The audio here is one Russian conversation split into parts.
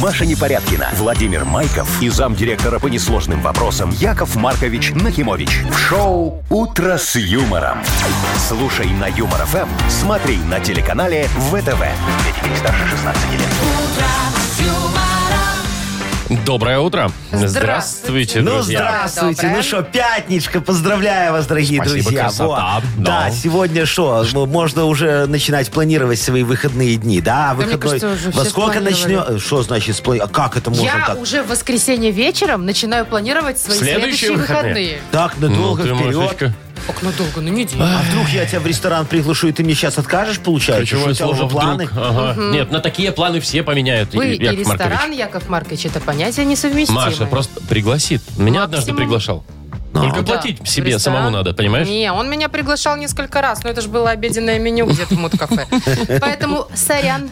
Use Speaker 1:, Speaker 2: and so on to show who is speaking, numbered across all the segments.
Speaker 1: Маша Непорядкина, Владимир Майков и замдиректора по несложным вопросам Яков Маркович Нахимович. В шоу «Утро с юмором». Слушай на Юмор ФМ, смотри на телеканале ВТВ. Для детей старше 16 лет.
Speaker 2: Доброе утро.
Speaker 3: Здравствуйте.
Speaker 2: Здравствуйте,
Speaker 4: Ну,
Speaker 2: друзья.
Speaker 4: здравствуйте.
Speaker 3: Доброе.
Speaker 4: Ну что, пятничка. Поздравляю вас, дорогие
Speaker 2: Спасибо,
Speaker 4: друзья.
Speaker 2: красота.
Speaker 4: Во.
Speaker 2: Ну.
Speaker 4: Да, сегодня что? Ну, Можно уже начинать планировать свои выходные дни, да? А
Speaker 3: мне
Speaker 4: Выходной.
Speaker 3: кажется, уже
Speaker 4: Во
Speaker 3: все
Speaker 4: сколько
Speaker 3: спланировали.
Speaker 4: начнем? Что значит сплани- А как это можно
Speaker 3: Я
Speaker 4: так?
Speaker 3: уже в воскресенье вечером начинаю планировать свои
Speaker 2: Следующие
Speaker 3: следующие, выходные.
Speaker 4: Так,
Speaker 2: Ну,
Speaker 4: надолго
Speaker 2: ты,
Speaker 4: вперед.
Speaker 2: Машечка,
Speaker 3: Ок, ну долго, ну неделю.
Speaker 4: А вдруг я тебя в ресторан приглашу, и ты мне сейчас откажешь, получается? Что
Speaker 2: ключевое
Speaker 4: у тебя
Speaker 2: слово
Speaker 4: уже
Speaker 2: «вдруг».
Speaker 4: планы?
Speaker 2: Ага. Нет, на такие планы все поменяют,
Speaker 3: Вы и
Speaker 2: Яков
Speaker 3: ресторан,
Speaker 2: Маркович.
Speaker 3: Яков Маркович, это понятие несовместимое.
Speaker 2: Маша просто пригласит.
Speaker 4: Ну,
Speaker 2: Меня однажды
Speaker 3: Максимум.
Speaker 2: приглашал. Только
Speaker 3: Да,
Speaker 2: платить
Speaker 3: в
Speaker 2: себе
Speaker 3: ресторан.
Speaker 2: самому надо, понимаешь?
Speaker 3: Не, он меня приглашал несколько раз, но это же было обеденное меню где-то в мут-кафе. Поэтому сорян.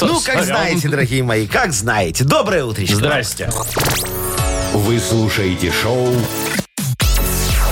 Speaker 4: Ну, как
Speaker 2: Сорян.
Speaker 4: знаете, дорогие мои, как знаете. Доброе утречко.
Speaker 2: Здрасте.
Speaker 1: Вы слушаете шоу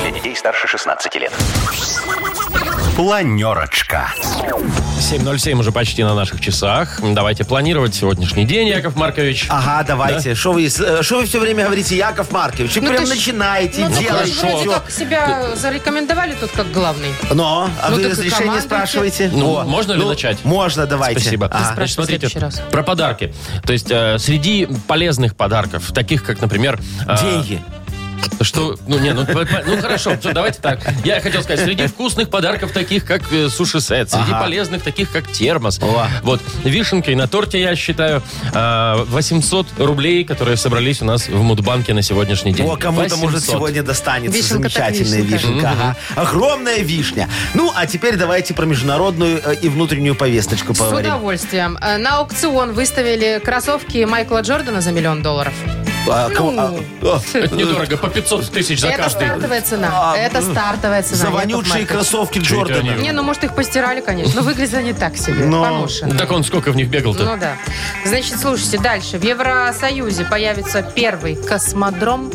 Speaker 1: Для детей старше 16 лет. Планерочка.
Speaker 2: 7.07 уже почти на наших часах. Давайте планировать сегодняшний день, Яков Маркович.
Speaker 4: Ага, давайте. Что вы, э, шо вы все время говорите, Яков Маркович? Вы
Speaker 3: Ну,
Speaker 4: прям
Speaker 3: ты ж-
Speaker 4: начинаете,
Speaker 3: Ну, так вы
Speaker 4: делаете.
Speaker 3: же вроде
Speaker 4: всё.
Speaker 3: как себя зарекомендовали тут как главный.
Speaker 4: Но, а
Speaker 3: Ну,
Speaker 4: вы
Speaker 3: так и
Speaker 4: разрешение
Speaker 3: командуйте.
Speaker 4: спрашиваете?
Speaker 2: Ну,
Speaker 4: Во.
Speaker 2: можно ли
Speaker 4: Ну,
Speaker 2: начать?
Speaker 4: Можно, давайте. А,
Speaker 2: Спасибо.
Speaker 4: Ага.
Speaker 3: Спрашивай
Speaker 2: Значит, смотрите,
Speaker 3: в следующий раз.
Speaker 2: про подарки. То есть э, среди полезных подарков, таких как, например... э,
Speaker 4: Деньги.
Speaker 2: Что? Ну, не, ну, по- по- ну, хорошо, всё, давайте так. Я хотел сказать, среди вкусных подарков, таких как э, суши-сет, среди
Speaker 4: Ага.
Speaker 2: полезных, таких как термос.
Speaker 4: О.
Speaker 2: Вот, вишенкой на торте, я считаю, э, 800 рублей, которые собрались у нас в Мудбанке на сегодняшний день.
Speaker 4: О, кому-то, может,
Speaker 2: 800.
Speaker 4: сегодня достанется
Speaker 3: Вишенка так
Speaker 4: замечательная
Speaker 3: вишенка.
Speaker 4: вишенка. ага. Огромная вишня. Ну, а теперь давайте про международную э, и внутреннюю повесточку
Speaker 3: С
Speaker 4: поговорим.
Speaker 3: удовольствием. Э, На аукцион выставили кроссовки Майкла Джордана за миллион долларов.
Speaker 4: А, кого-
Speaker 3: ну,
Speaker 4: а, о,
Speaker 2: Это недорого, по 500 тысяч за
Speaker 3: Это
Speaker 2: каждый.
Speaker 3: стартовая цена.
Speaker 4: А,
Speaker 3: Это стартовая цена.
Speaker 4: За
Speaker 3: Яков
Speaker 4: вонючие
Speaker 3: Маркович.
Speaker 4: кроссовки
Speaker 2: это
Speaker 4: Джордана.
Speaker 2: они?
Speaker 3: Не, ну может их постирали, конечно, но выглядят они так себе,
Speaker 4: Но-
Speaker 3: поношены.
Speaker 2: Ну, Так он сколько в них бегал-то?
Speaker 3: Ну да. Значит, слушайте, дальше. В Евросоюзе появится первый космодром.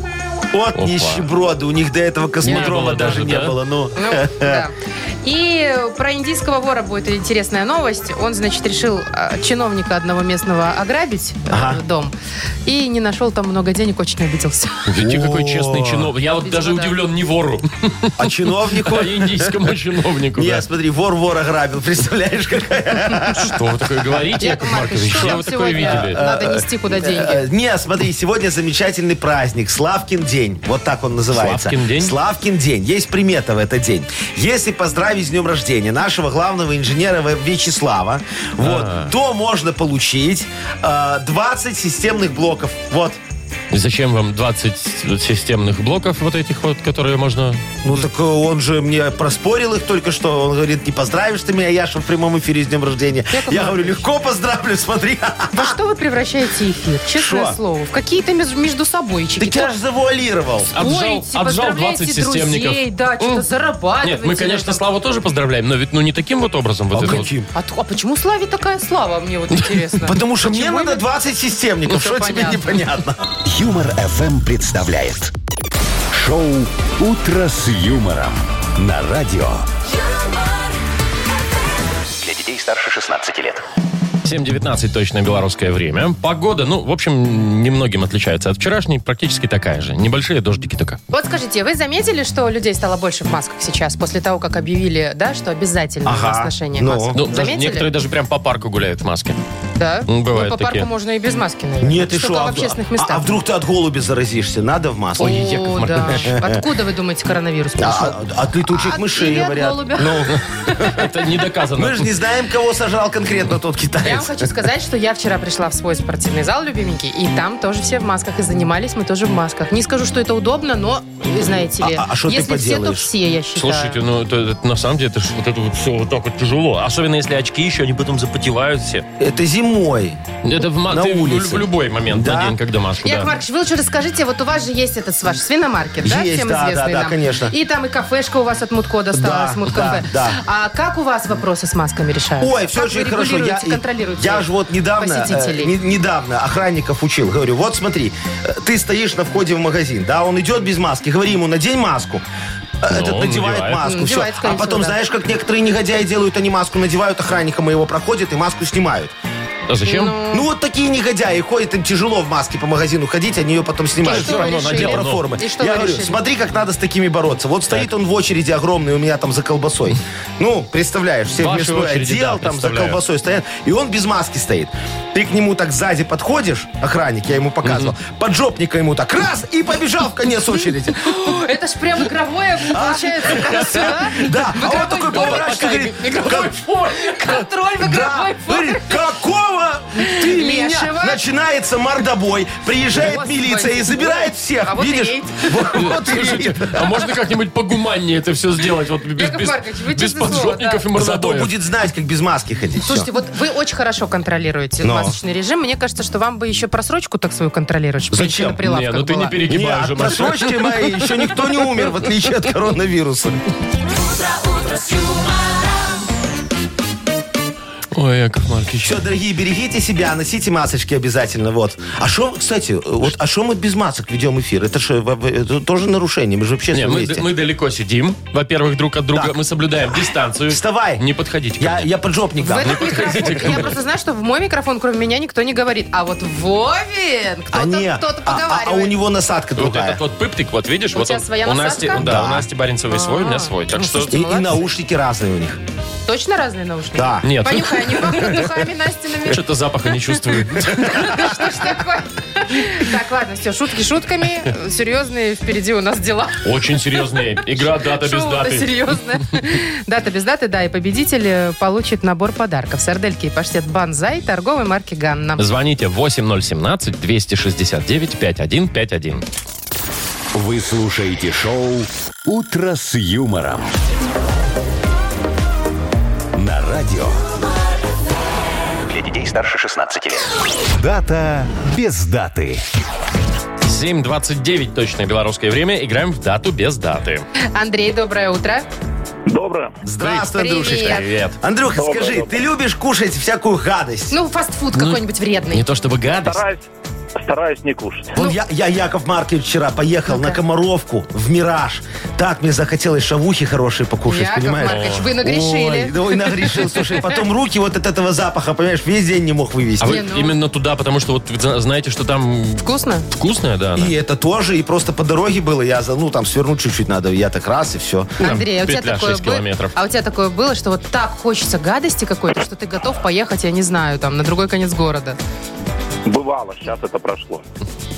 Speaker 4: Вот нищеброды, у них до этого
Speaker 2: Не
Speaker 4: космодрома
Speaker 2: было
Speaker 4: даже
Speaker 2: даже,
Speaker 4: не
Speaker 2: да?
Speaker 4: было. Ну,
Speaker 3: Ну, да. И про индийского вора будет интересная новость. Он, значит, решил а, чиновника одного местного ограбить э,
Speaker 4: Ага.
Speaker 3: дом. И не нашел там много денег, очень обиделся.
Speaker 2: Видите, какой честный чиновник. Я вот
Speaker 3: Видимо,
Speaker 2: даже
Speaker 3: да.
Speaker 2: удивлен не вору,
Speaker 4: а чиновнику...
Speaker 2: а индийскому чиновнику. да.
Speaker 4: Не, смотри, вор вора грабил, представляешь, какая...
Speaker 2: Что вы такое говорите, Яков Маркович?
Speaker 3: что
Speaker 2: Где
Speaker 3: вам
Speaker 2: вы такое
Speaker 3: сегодня
Speaker 2: видели?
Speaker 3: Надо нести куда деньги.
Speaker 4: Э, Не, смотри, сегодня замечательный праздник. Славкин день. Вот так он называется.
Speaker 2: Славкин день?
Speaker 4: Славкин день. Есть примета в этот день. Если поздравить с днем рождения нашего главного инженера Ве- Вячеслава, вот, то можно получить э, 20 системных блоков. Вот.
Speaker 2: Зачем вам 20 системных блоков вот этих вот, которые можно...
Speaker 4: Ну так э, он же мне проспорил их только что. Он говорит, не поздравишь ты меня, Яша, в прямом эфире с днем рождения.
Speaker 3: Яков
Speaker 4: Я говорю,
Speaker 3: Маркович.
Speaker 4: легко поздравлю, смотри.
Speaker 3: Во что вы превращаете эфир? Честное
Speaker 4: Шо?
Speaker 3: слово. В какие-то между, между
Speaker 4: Ты
Speaker 3: собойчики.
Speaker 4: тебя же завуалировал.
Speaker 2: Отжал,
Speaker 3: Спорите,
Speaker 2: отжал
Speaker 3: типа, поздравляйте
Speaker 2: 20 системников.
Speaker 3: друзей, да, что-то
Speaker 2: М.
Speaker 3: зарабатываете.
Speaker 2: Нет, мы,
Speaker 3: на
Speaker 2: конечно,
Speaker 3: этом.
Speaker 2: Славу тоже поздравляем, но ведь ну не таким вот образом. Вот
Speaker 4: А
Speaker 2: это вот.
Speaker 4: каким?
Speaker 3: А, т- а почему Славе такая слава, мне вот интересно.
Speaker 4: Потому что мне
Speaker 3: Почему
Speaker 4: надо
Speaker 3: именно-
Speaker 4: 20
Speaker 3: Ну,
Speaker 4: системников.
Speaker 3: всё
Speaker 4: Что тебе
Speaker 3: понятно.
Speaker 4: непонятно?
Speaker 1: Юмор FM представляет шоу Утро с юмором на радио. Для детей старше 16 лет.
Speaker 2: 7.19 точно белорусское время. Погода, ну, в общем, немногим отличается от вчерашней, практически такая же. Небольшие дождики только.
Speaker 3: Вот скажите, вы заметили, что людей стало больше в масках сейчас, после того, как объявили, да, что обязательно
Speaker 4: Ага,
Speaker 3: ношение
Speaker 4: ну.
Speaker 3: масок?
Speaker 2: Ну, даже
Speaker 3: заметили?
Speaker 2: некоторые даже прям по парку гуляют в маске.
Speaker 3: Да?
Speaker 2: Ну, бывают
Speaker 3: Ну, по парку
Speaker 2: такие.
Speaker 3: можно и без маски, наверное.
Speaker 4: Нет, и
Speaker 3: Только
Speaker 4: что?
Speaker 3: в общественных местах.
Speaker 4: А, вдруг ты от голуби заразишься? Надо в масло.
Speaker 3: О,
Speaker 2: Ой, Яков
Speaker 3: да.
Speaker 2: Маркович.
Speaker 3: Откуда вы думаете коронавирус пришел?
Speaker 4: А, а- от летучих
Speaker 3: От
Speaker 4: мышей,
Speaker 3: или от
Speaker 4: говорят.
Speaker 3: голубя?
Speaker 2: Ну, это не доказано.
Speaker 4: Мы же не знаем, кого сажал конкретно тот
Speaker 3: Я
Speaker 4: китаец.
Speaker 3: вам хочу сказать, что я вчера пришла в свой спортивный зал, любименький, и там тоже все в масках, и занимались мы тоже в масках. Не скажу, что это удобно, но, знаете ли,
Speaker 4: А- а что ты
Speaker 3: если все, то
Speaker 4: поделаешь?
Speaker 3: все, я считаю.
Speaker 2: Слушайте, ну это, это на самом деле это ж вот это вот все вот так вот тяжело. Особенно если очки еще, они потом запотевают все.
Speaker 4: Это зимой.
Speaker 2: Это в, ма-
Speaker 4: На
Speaker 2: ты в лю-
Speaker 4: улице.
Speaker 2: в любой момент, на
Speaker 4: Да?
Speaker 2: день, когда маску.
Speaker 3: Яков
Speaker 2: да.
Speaker 3: Маркович, вы лучше расскажите, вот у вас же есть этот ваш свиномаркет, да,
Speaker 4: Есть,
Speaker 3: всем
Speaker 4: да,
Speaker 3: известный
Speaker 4: да, да,
Speaker 3: нам?
Speaker 4: конечно.
Speaker 3: И там и кафешка у вас от Мутко досталась,
Speaker 4: Да,
Speaker 3: Муткафе.
Speaker 4: да,
Speaker 3: А как у вас вопросы с масками решаются?
Speaker 4: Ой, все
Speaker 3: Как
Speaker 4: очень
Speaker 3: вы
Speaker 4: хорошо. Я,
Speaker 3: регулируете, контролируете
Speaker 4: я же вот недавно, э,
Speaker 3: посетителей?
Speaker 4: не- недавно охранников учил. Говорю, вот смотри, э, ты стоишь на входе в магазин, да, он идет без маски. Говори ему, надень маску. Этот
Speaker 2: Ну, он
Speaker 4: надевает,
Speaker 2: надевает.
Speaker 4: маску, все.
Speaker 3: Надевает, скорее
Speaker 4: А потом,
Speaker 3: всего, да.
Speaker 4: знаешь, как некоторые негодяи делают, они маску надевают, охранника моего проходит и маску снимают.
Speaker 2: А зачем?
Speaker 4: Ну вот такие негодяи ходят, им тяжело в маске по магазину ходить, они ее потом снимают.
Speaker 2: Тоже всё равно
Speaker 3: решили?
Speaker 2: надел,
Speaker 4: Про
Speaker 2: ну.
Speaker 4: формы.
Speaker 3: И что
Speaker 4: Я
Speaker 3: вы
Speaker 4: говорю,
Speaker 3: решили?
Speaker 4: смотри, как надо с такими бороться. Вот стоит он в очереди огромный у меня там за колбасой. Ну, представляешь, все
Speaker 2: Ваши
Speaker 4: в мясной
Speaker 2: очереди,
Speaker 4: отдел
Speaker 2: да,
Speaker 4: там за
Speaker 2: представляю.
Speaker 4: колбасой стоят, и он без маски стоит. Ты к нему так сзади подходишь, охранник, я ему показывал, поджопника ему так раз и побежал в конец очереди.
Speaker 3: Это ж прям игровое получается. всё,
Speaker 4: Да, а
Speaker 3: игровой
Speaker 4: он такой
Speaker 3: форме
Speaker 4: поворачивается,
Speaker 3: такая,
Speaker 4: говорит,
Speaker 3: игровой
Speaker 4: «Как-
Speaker 3: форме. Контроль в
Speaker 4: Да,
Speaker 3: игровой форме.
Speaker 4: говорит, какого ты
Speaker 3: Лешего?
Speaker 4: меня? Начинается мордобой, приезжает
Speaker 3: Господи.
Speaker 4: милиция и забирает всех.
Speaker 3: А вот и
Speaker 4: видишь?
Speaker 3: рейд.
Speaker 4: Вот, вот и
Speaker 2: Слушайте,
Speaker 4: рейд.
Speaker 2: а можно как-нибудь погуманнее это все сделать? Вот без,
Speaker 3: Яков
Speaker 2: без-
Speaker 3: Маркович, вы
Speaker 2: без
Speaker 3: честное слово,
Speaker 2: поджопников
Speaker 3: да.
Speaker 2: и
Speaker 4: Зато
Speaker 2: мордобоев.
Speaker 4: будет знать, как без маски ходить. Всё.
Speaker 3: Слушайте, вот вы очень хорошо контролируете
Speaker 4: Но.
Speaker 3: масочный режим. Мне кажется, что вам бы еще просрочку так свою контролировать, чтобы
Speaker 4: Зачем?
Speaker 3: еще на
Speaker 2: Не,
Speaker 3: прилавках
Speaker 2: ну ты
Speaker 3: была.
Speaker 2: не перегибай
Speaker 4: Нет,
Speaker 2: уже,
Speaker 4: от
Speaker 2: Маша.
Speaker 4: просрочки моей еще никто не умер, в отличие от коронавируса.
Speaker 2: Ой, Яков Маркович.
Speaker 4: Все, дорогие, берегите себя, носите масочки обязательно, вот. А что, кстати, вот, а что мы без масок ведем эфир? Это же тоже нарушение, мы же вообще
Speaker 2: Не, мы,
Speaker 4: вместе.
Speaker 2: мы далеко сидим, во-первых, друг от друга.
Speaker 4: Так.
Speaker 2: Мы соблюдаем дистанцию.
Speaker 4: Вставай.
Speaker 2: Не подходите ко
Speaker 4: Я,
Speaker 2: мне.
Speaker 4: я поджопник,
Speaker 3: В
Speaker 4: да.
Speaker 3: этот микрофон, я просто знаю, что в мой микрофон, кроме меня, никто не говорит. А вот Вовин, кто-то,
Speaker 4: А, не,
Speaker 3: кто-то
Speaker 4: а- а-
Speaker 3: поговаривает.
Speaker 4: а у него насадка
Speaker 2: Вот
Speaker 4: другая.
Speaker 2: этот вот пыптик, вот видишь,
Speaker 3: У
Speaker 2: вот
Speaker 3: тебя
Speaker 2: он-
Speaker 3: своя
Speaker 2: у Насти,
Speaker 3: насадка?
Speaker 2: да, у
Speaker 4: Да.
Speaker 2: Насти Баринцевой свой, у меня свой. Так
Speaker 3: Ну,
Speaker 2: что
Speaker 3: слушайте,
Speaker 4: И, и
Speaker 3: Молодцы.
Speaker 4: наушники разные у них.
Speaker 3: Точно разные наушники?
Speaker 4: Да.
Speaker 2: нет,
Speaker 3: Понюхай, они вам под духами Настиными.
Speaker 2: что-то запаха не чувствую.
Speaker 3: Да что ж такое? Так, ладно, все, шутки шутками. Серьезные впереди у нас дела.
Speaker 2: Очень серьезная игра дата без
Speaker 3: Шоу-то
Speaker 2: даты.
Speaker 3: серьезное. Дата без даты, да, и победитель э, получит набор подарков. Сардельки и паштет «Банзай» торговой марки «Ганна».
Speaker 2: Звоните 8017-269-5151.
Speaker 1: Вы слушаете шоу «Утро с юмором». На радио.
Speaker 5: Для детей старше 16 лет.
Speaker 1: Дата без даты.
Speaker 2: 7.29 точное белорусское время. Играем в дату без даты.
Speaker 3: Андрей, доброе утро.
Speaker 6: Доброе.
Speaker 4: Здравствуй,
Speaker 3: Привет.
Speaker 4: Андрюшечка.
Speaker 2: Привет.
Speaker 4: Андрюха,
Speaker 6: Доброе,
Speaker 4: скажи,
Speaker 6: доброе.
Speaker 4: ты любишь кушать всякую гадость?
Speaker 3: Ну, фастфуд какой-нибудь вредный.
Speaker 2: Не то чтобы гадость. а
Speaker 6: Стараюсь, стараюсь не
Speaker 3: Ну.
Speaker 6: кушать.
Speaker 4: Вон я, я, Яков Маркович, вчера поехал на Комаровку в Мираж. Так мне захотелось шавухи хорошие покушать,
Speaker 3: Яков
Speaker 4: понимаешь?
Speaker 3: Маркович, вы нагрешили.
Speaker 4: Ой, да ой, нагрешил, слушай. Потом руки вот от этого запаха, понимаешь, весь день не мог вывести.
Speaker 2: А вы
Speaker 3: Не, ну.
Speaker 2: именно туда, потому что вот зна- знаете, что там
Speaker 3: Вкусно?
Speaker 2: вкусное, да? она?
Speaker 4: И это тоже, и просто по дороге было, я, за- ну, там свернуть чуть-чуть надо, я так раз, и все.
Speaker 3: Андрей, а у, тебя
Speaker 2: петля
Speaker 3: такое
Speaker 2: шесть
Speaker 3: было,
Speaker 2: километров.
Speaker 3: а у тебя такое было, что вот так хочется гадости какой-то, что ты готов поехать, я не знаю, там, на другой конец города.
Speaker 6: Бывало, сейчас это прошло.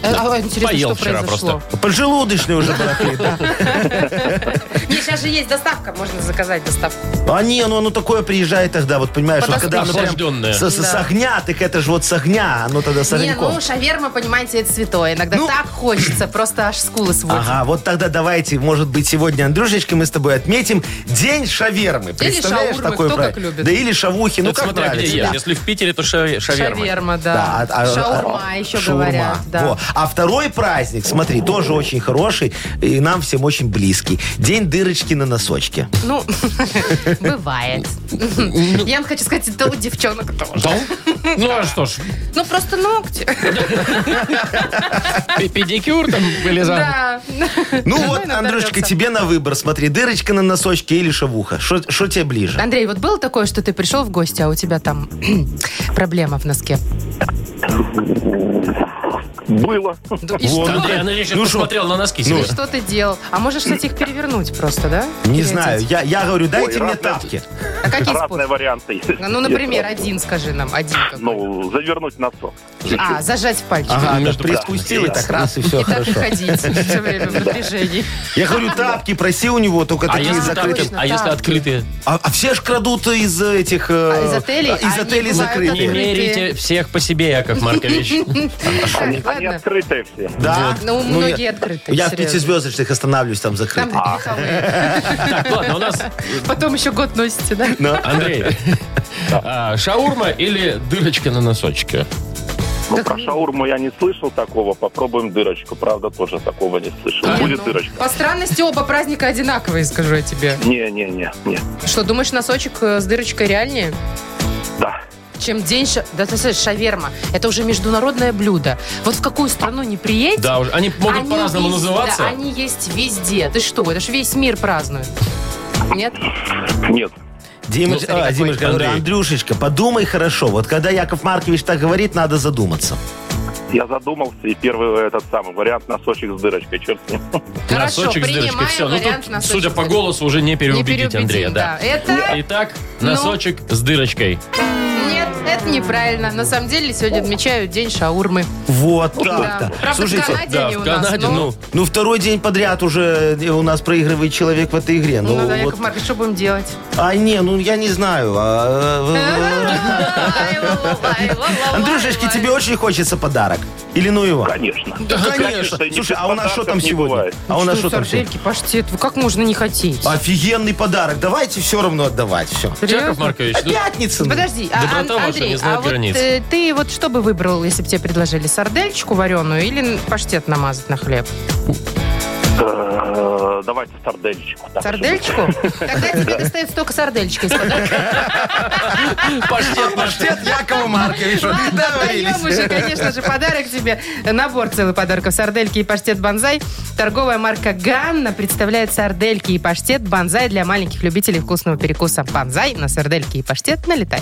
Speaker 3: Э, а, интересно,
Speaker 2: Поел
Speaker 3: что
Speaker 2: вчера
Speaker 3: произошло?
Speaker 4: Поджелудочный уже барахлит, да?
Speaker 3: Не, сейчас же есть доставка, можно заказать доставку.
Speaker 4: А не, ну оно такое приезжает тогда, вот понимаешь, вот когда оно
Speaker 2: Охлажденное.
Speaker 4: прям с, с- с
Speaker 3: Да.
Speaker 4: огня, так это же вот с огня, оно тогда с
Speaker 3: Не,
Speaker 4: огоньком.
Speaker 3: ну, шаверма, понимаете, это святое. Иногда
Speaker 4: Ну.
Speaker 3: так хочется, просто аж скулы сводит.
Speaker 4: Ага, вот тогда давайте, может быть, сегодня, Андрюшечка, мы с тобой отметим День шавермы. Представляешь,
Speaker 3: шаурмы,
Speaker 4: такое
Speaker 3: кто
Speaker 4: праздник?
Speaker 3: как любит.
Speaker 4: Да или шавухи, ну
Speaker 2: Это
Speaker 4: как
Speaker 2: смотря где
Speaker 4: нравится.
Speaker 2: ешь.
Speaker 4: да.
Speaker 2: Если в Питере, то ша- шаверма.
Speaker 3: Шаверма,
Speaker 4: Да,
Speaker 3: да.
Speaker 4: а- а-
Speaker 3: Шаурма,
Speaker 4: а-
Speaker 3: еще
Speaker 4: шаурма.
Speaker 3: говорят, да.
Speaker 4: Во. А второй праздник, смотри, тоже очень хороший и нам всем очень близкий. День дырочки на носочке.
Speaker 3: Ну, бывает.
Speaker 4: Ну.
Speaker 3: Я вам хочу сказать, это у девчонок тоже.
Speaker 2: Да? Ну а что ж,
Speaker 3: Ну, просто ногти.
Speaker 2: пе- педикюр там были за...
Speaker 3: Да.
Speaker 4: Ну
Speaker 3: Ну,
Speaker 4: вот,
Speaker 3: иногда
Speaker 4: Андрюшечка,
Speaker 3: рвется.
Speaker 4: тебе на выбор. Смотри, дырочка на носочке или шавуха. Что тебе ближе?
Speaker 3: Андрей, вот было такое, что ты пришел в гости, а у тебя там проблема в носке?
Speaker 6: Было.
Speaker 3: Да И что?
Speaker 2: Андрей, Андрей сейчас
Speaker 4: Ну что?
Speaker 2: посмотрел на носки
Speaker 3: И
Speaker 2: себе.
Speaker 3: что ты делал? А можешь, кстати, их перевернуть просто, да?
Speaker 4: Не
Speaker 3: Переодеть?
Speaker 4: знаю. Я, я говорю, дайте мне
Speaker 6: разные-
Speaker 4: тапки.
Speaker 3: А какие
Speaker 6: Разные
Speaker 3: способы?
Speaker 6: варианты есть.
Speaker 3: Ну, например, один, скажи нам, один. какой.
Speaker 6: Ну, завернуть носок.
Speaker 3: А, зажать в пальчик.
Speaker 4: Ага,
Speaker 2: между
Speaker 4: да, приспустил и
Speaker 6: прочим,
Speaker 4: так раз, и все
Speaker 3: И так и
Speaker 4: хорошо.
Speaker 3: ходить все время в напряжении.
Speaker 4: Я говорю, тапки, проси у него, только
Speaker 2: А
Speaker 4: такие
Speaker 2: если, там-
Speaker 4: закрытые.
Speaker 3: Точно,
Speaker 2: а если
Speaker 3: так.
Speaker 2: открытые?
Speaker 4: А, а все ж крадут из этих... э,
Speaker 3: А, из отелей?
Speaker 4: Из
Speaker 3: Они
Speaker 4: отелей
Speaker 3: бывают
Speaker 4: закрытые.
Speaker 2: Не
Speaker 3: Открытые.
Speaker 2: мерите всех по себе, Яков Маркович.
Speaker 3: Так,
Speaker 6: Они
Speaker 3: ладно.
Speaker 6: открытые все.
Speaker 4: Да.
Speaker 3: Ну,
Speaker 4: я-
Speaker 3: многие открытые,
Speaker 4: Я в
Speaker 3: серьезно.
Speaker 4: пятизвездочных останавливаюсь, там
Speaker 3: Там
Speaker 4: закрытые. А,
Speaker 6: А.
Speaker 3: вековые.
Speaker 2: Так, ладно, у нас...
Speaker 3: Потом еще год носите, да?
Speaker 2: Андрей, а, шаурма или дырочка на носочке?
Speaker 6: Ну, про шаурму я не слышал такого. Попробуем дырочку. Правда, тоже такого не слышал.
Speaker 3: Не,
Speaker 6: Будет
Speaker 3: ну,
Speaker 6: дырочка.
Speaker 3: По странности оба праздника одинаковые, скажу я тебе.
Speaker 6: Не-не-не. не.
Speaker 3: Что, думаешь, носочек э, с дырочкой реальнее?
Speaker 6: Да.
Speaker 3: чем день... ша- Да, ты слышишь, шаверма. Это уже международное блюдо. Вот в какую страну не приедь...
Speaker 2: Да, уж- они могут
Speaker 3: они
Speaker 2: по-разному
Speaker 3: везде-
Speaker 2: называться.
Speaker 3: да, они есть везде. Ты что, это же весь мир празднует. Нет?
Speaker 6: Нет.
Speaker 4: Димыч,
Speaker 2: Ну, смотри,
Speaker 4: а,
Speaker 2: какой
Speaker 4: Димыч говорю,
Speaker 2: Андрей.
Speaker 4: Андрюшечка, подумай хорошо. Вот когда Яков Маркович так говорит, надо задуматься.
Speaker 6: Я задумался, и первый этот самый вариант носочек с дырочкой. Черт с ним.
Speaker 3: Хорошо,
Speaker 2: носочек с
Speaker 3: принимаем
Speaker 2: дырочкой. Все, ну
Speaker 3: вариант
Speaker 2: тут,
Speaker 3: носочек
Speaker 2: судя
Speaker 3: с
Speaker 2: по
Speaker 3: дырочкой.
Speaker 2: голосу, уже не переубедить
Speaker 3: переубедим,
Speaker 2: Андрея, да.
Speaker 3: да. Ну? Это-
Speaker 2: Итак, носочек с дырочкой.
Speaker 3: Нет, это неправильно. На самом деле сегодня отмечают день шаурмы.
Speaker 4: Вот
Speaker 3: Да.
Speaker 4: так-то.
Speaker 3: Правда, в
Speaker 4: Слушайте,
Speaker 3: Канаде
Speaker 2: да,
Speaker 3: не
Speaker 2: в
Speaker 3: у нас,
Speaker 2: Канаде,
Speaker 3: но-
Speaker 2: ну,
Speaker 4: ну второй день подряд уже э, у нас проигрывает человек в этой игре.
Speaker 3: Ну,
Speaker 4: Ну,
Speaker 3: надо,
Speaker 4: вот.
Speaker 3: Яков Маркович, что будем делать?
Speaker 4: А, не, ну я не знаю. а, э, Андрюшечки,
Speaker 3: Андрюшечки,
Speaker 4: тебе очень хочется подарок. Или ну его?
Speaker 6: Конечно.
Speaker 2: Да,
Speaker 6: конечно, не
Speaker 4: Слушай,
Speaker 6: без
Speaker 4: а у нас что
Speaker 6: подарков
Speaker 4: там
Speaker 6: не
Speaker 4: сегодня?
Speaker 6: бывает.
Speaker 4: А у нас что там А сегодня?
Speaker 3: Сардельки, паштет, вы как можно не хотеть?
Speaker 4: Офигенный подарок. Давайте все равно отдавать. Все.
Speaker 2: Яков Маркович, ну,
Speaker 4: Пятница. ну.
Speaker 3: Подожди, а,
Speaker 2: Доброта
Speaker 3: Ан-
Speaker 2: ваша
Speaker 3: Андрей,
Speaker 2: не знает
Speaker 3: а вот
Speaker 2: границ.
Speaker 3: э, ты вот что бы выбрал, если бы тебе предложили сардельчику вареную или паштет намазать на хлеб?
Speaker 6: Э, Давайте сардельчику. Так,
Speaker 3: Сардельчику? Тогда тебе достается только сардельчики. из подарка.
Speaker 2: паштет, паштет.
Speaker 4: Паштет Якова Марковича.
Speaker 3: Ладно, даем
Speaker 4: Договорились.
Speaker 3: уже, конечно же, подарок тебе. Набор целый подарков. Сардельки и паштет банзай. Торговая марка Ганна представляет сардельки и паштет банзай для маленьких любителей вкусного перекуса. Банзай на сардельки и паштет налетай.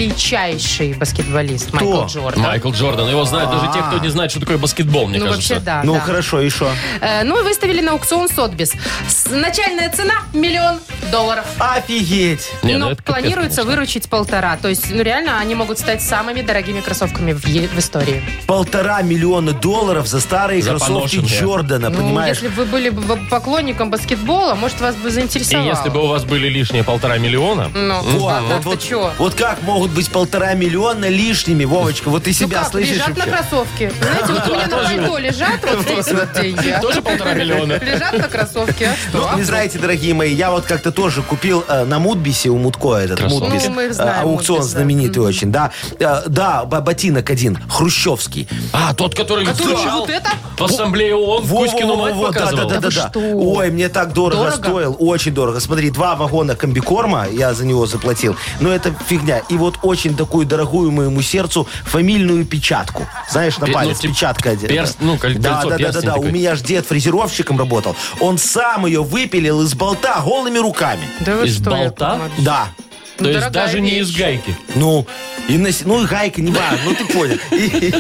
Speaker 3: величайший баскетболист Майкл Джордан.
Speaker 2: Майкл Джордан. Его знают даже те, кто не знает, что такое баскетбол, мне
Speaker 3: ну,
Speaker 2: кажется.
Speaker 3: вообще, да.
Speaker 4: Ну
Speaker 3: да.
Speaker 4: хорошо, и что?
Speaker 3: Э, ну, и выставили на аукцион Сотбис. С- Начальная цена – миллион долларов.
Speaker 4: Офигеть.
Speaker 2: Не, ну
Speaker 3: Но
Speaker 2: это капец,
Speaker 3: планируется выручить полтора. То есть, ну, реально, они могут стать самыми дорогими кроссовками в, е- в истории.
Speaker 4: Полтора миллиона долларов за старые
Speaker 2: За
Speaker 4: кроссовки
Speaker 2: поношенные.
Speaker 4: Джордана,
Speaker 3: Ну,
Speaker 4: А понимаешь?
Speaker 3: если бы вы были бы поклонником баскетбола, может, вас бы
Speaker 2: И
Speaker 3: заинтересовало.
Speaker 2: если бы у вас были лишние полтора миллиона,
Speaker 3: Ну,
Speaker 4: Во,
Speaker 3: а так-то
Speaker 4: вот,
Speaker 3: чё?
Speaker 4: вот, вот как могут быть полтора миллиона лишними, Вовочка? Вот ты
Speaker 3: Ну
Speaker 4: себя
Speaker 3: как,
Speaker 4: слышишь
Speaker 3: лежат
Speaker 4: вообще?
Speaker 3: на кроссовке. Знаете, вот у меня на пальто лежат вот эти вот деньги.
Speaker 2: тоже полтора миллиона.
Speaker 3: Лежат на кроссовке, а
Speaker 4: Ну,
Speaker 3: что?
Speaker 4: не знаете, дорогие мои, я вот как-то тоже купил э, на Мудбисе у Мудко этот
Speaker 2: Кроссовки.
Speaker 4: Мудбис.
Speaker 3: Ну, мы их знаем,
Speaker 4: э, аукцион
Speaker 3: Мудбис, да.
Speaker 4: знаменитый очень, да. Э, да, бо- ботинок один, хрущевский.
Speaker 2: А, тот, который,
Speaker 3: Который
Speaker 2: стучал
Speaker 3: вот это?
Speaker 2: в ассамблее ООН,
Speaker 4: Во-
Speaker 2: Кузькину
Speaker 4: во-
Speaker 2: мать
Speaker 4: во- во, да,
Speaker 2: показывал.
Speaker 4: Да, да,
Speaker 3: Да
Speaker 4: да,
Speaker 3: А вы
Speaker 4: да.
Speaker 3: что?
Speaker 4: Ой, мне так дорого,
Speaker 3: Дорого?
Speaker 4: стоил, очень дорого. Смотри, два вагона комбикорма, я за него заплатил, но это фигня. И вот очень такую дорогую моему сердцу фамильную печатку. Знаешь, на
Speaker 2: Пе- ну,
Speaker 4: палец
Speaker 2: типа
Speaker 4: печатка одета.
Speaker 2: перст- ну, коль-
Speaker 4: да,
Speaker 2: кольцо,
Speaker 4: да, да, да,
Speaker 2: перстень
Speaker 4: да. У
Speaker 2: такой.
Speaker 4: меня ж дед фрезеровщиком работал. Он сам ее выпилил из болта голыми руками.
Speaker 3: Да вы
Speaker 2: Из
Speaker 3: что, Яков
Speaker 2: болта?
Speaker 3: Маркович?
Speaker 4: Да.
Speaker 2: То
Speaker 3: Ну,
Speaker 2: есть
Speaker 3: дорогая
Speaker 2: даже не из
Speaker 3: вещь.
Speaker 2: гайки.
Speaker 4: Ну, и нас- ну и гайка не важно, ну ты понял. И-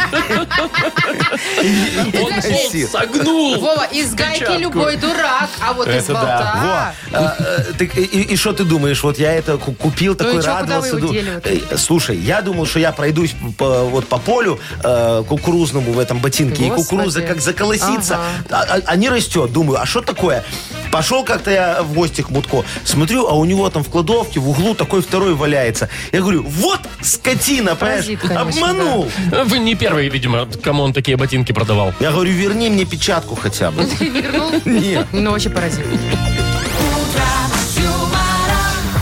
Speaker 2: Он, он
Speaker 4: Носил.
Speaker 2: согнул.
Speaker 3: Вова, из гайки
Speaker 2: Печатку.
Speaker 3: любой дурак, а вот из
Speaker 4: Это да.
Speaker 3: болта.
Speaker 4: Во. А, э, так и- И что ты думаешь? Вот я это ку- купил, такой
Speaker 3: Ну и чё, куда вы
Speaker 4: радовался.
Speaker 3: его
Speaker 4: ду-
Speaker 3: дели вот?
Speaker 4: Э, Слушай, я думал, что я пройдусь по- вот по полю э, кукурузному в этом ботинке. И
Speaker 3: Господи.
Speaker 4: кукуруза как заколосится. а- а- А не растет. Думаю, а что такое? Пошел как-то я в гости к Мутко. Смотрю, а у него там в кладовке в углу такой второй валяется. Я говорю, вот скотина,
Speaker 3: Паразит,
Speaker 4: понимаешь,
Speaker 3: конечно,
Speaker 4: обманул.
Speaker 2: Вы не первые, видимо, кому он такие ботинки продавал.
Speaker 4: Я говорю, верни мне печатку хотя бы.
Speaker 3: Вернул?
Speaker 4: Нет.
Speaker 3: Ну, вообще паразит.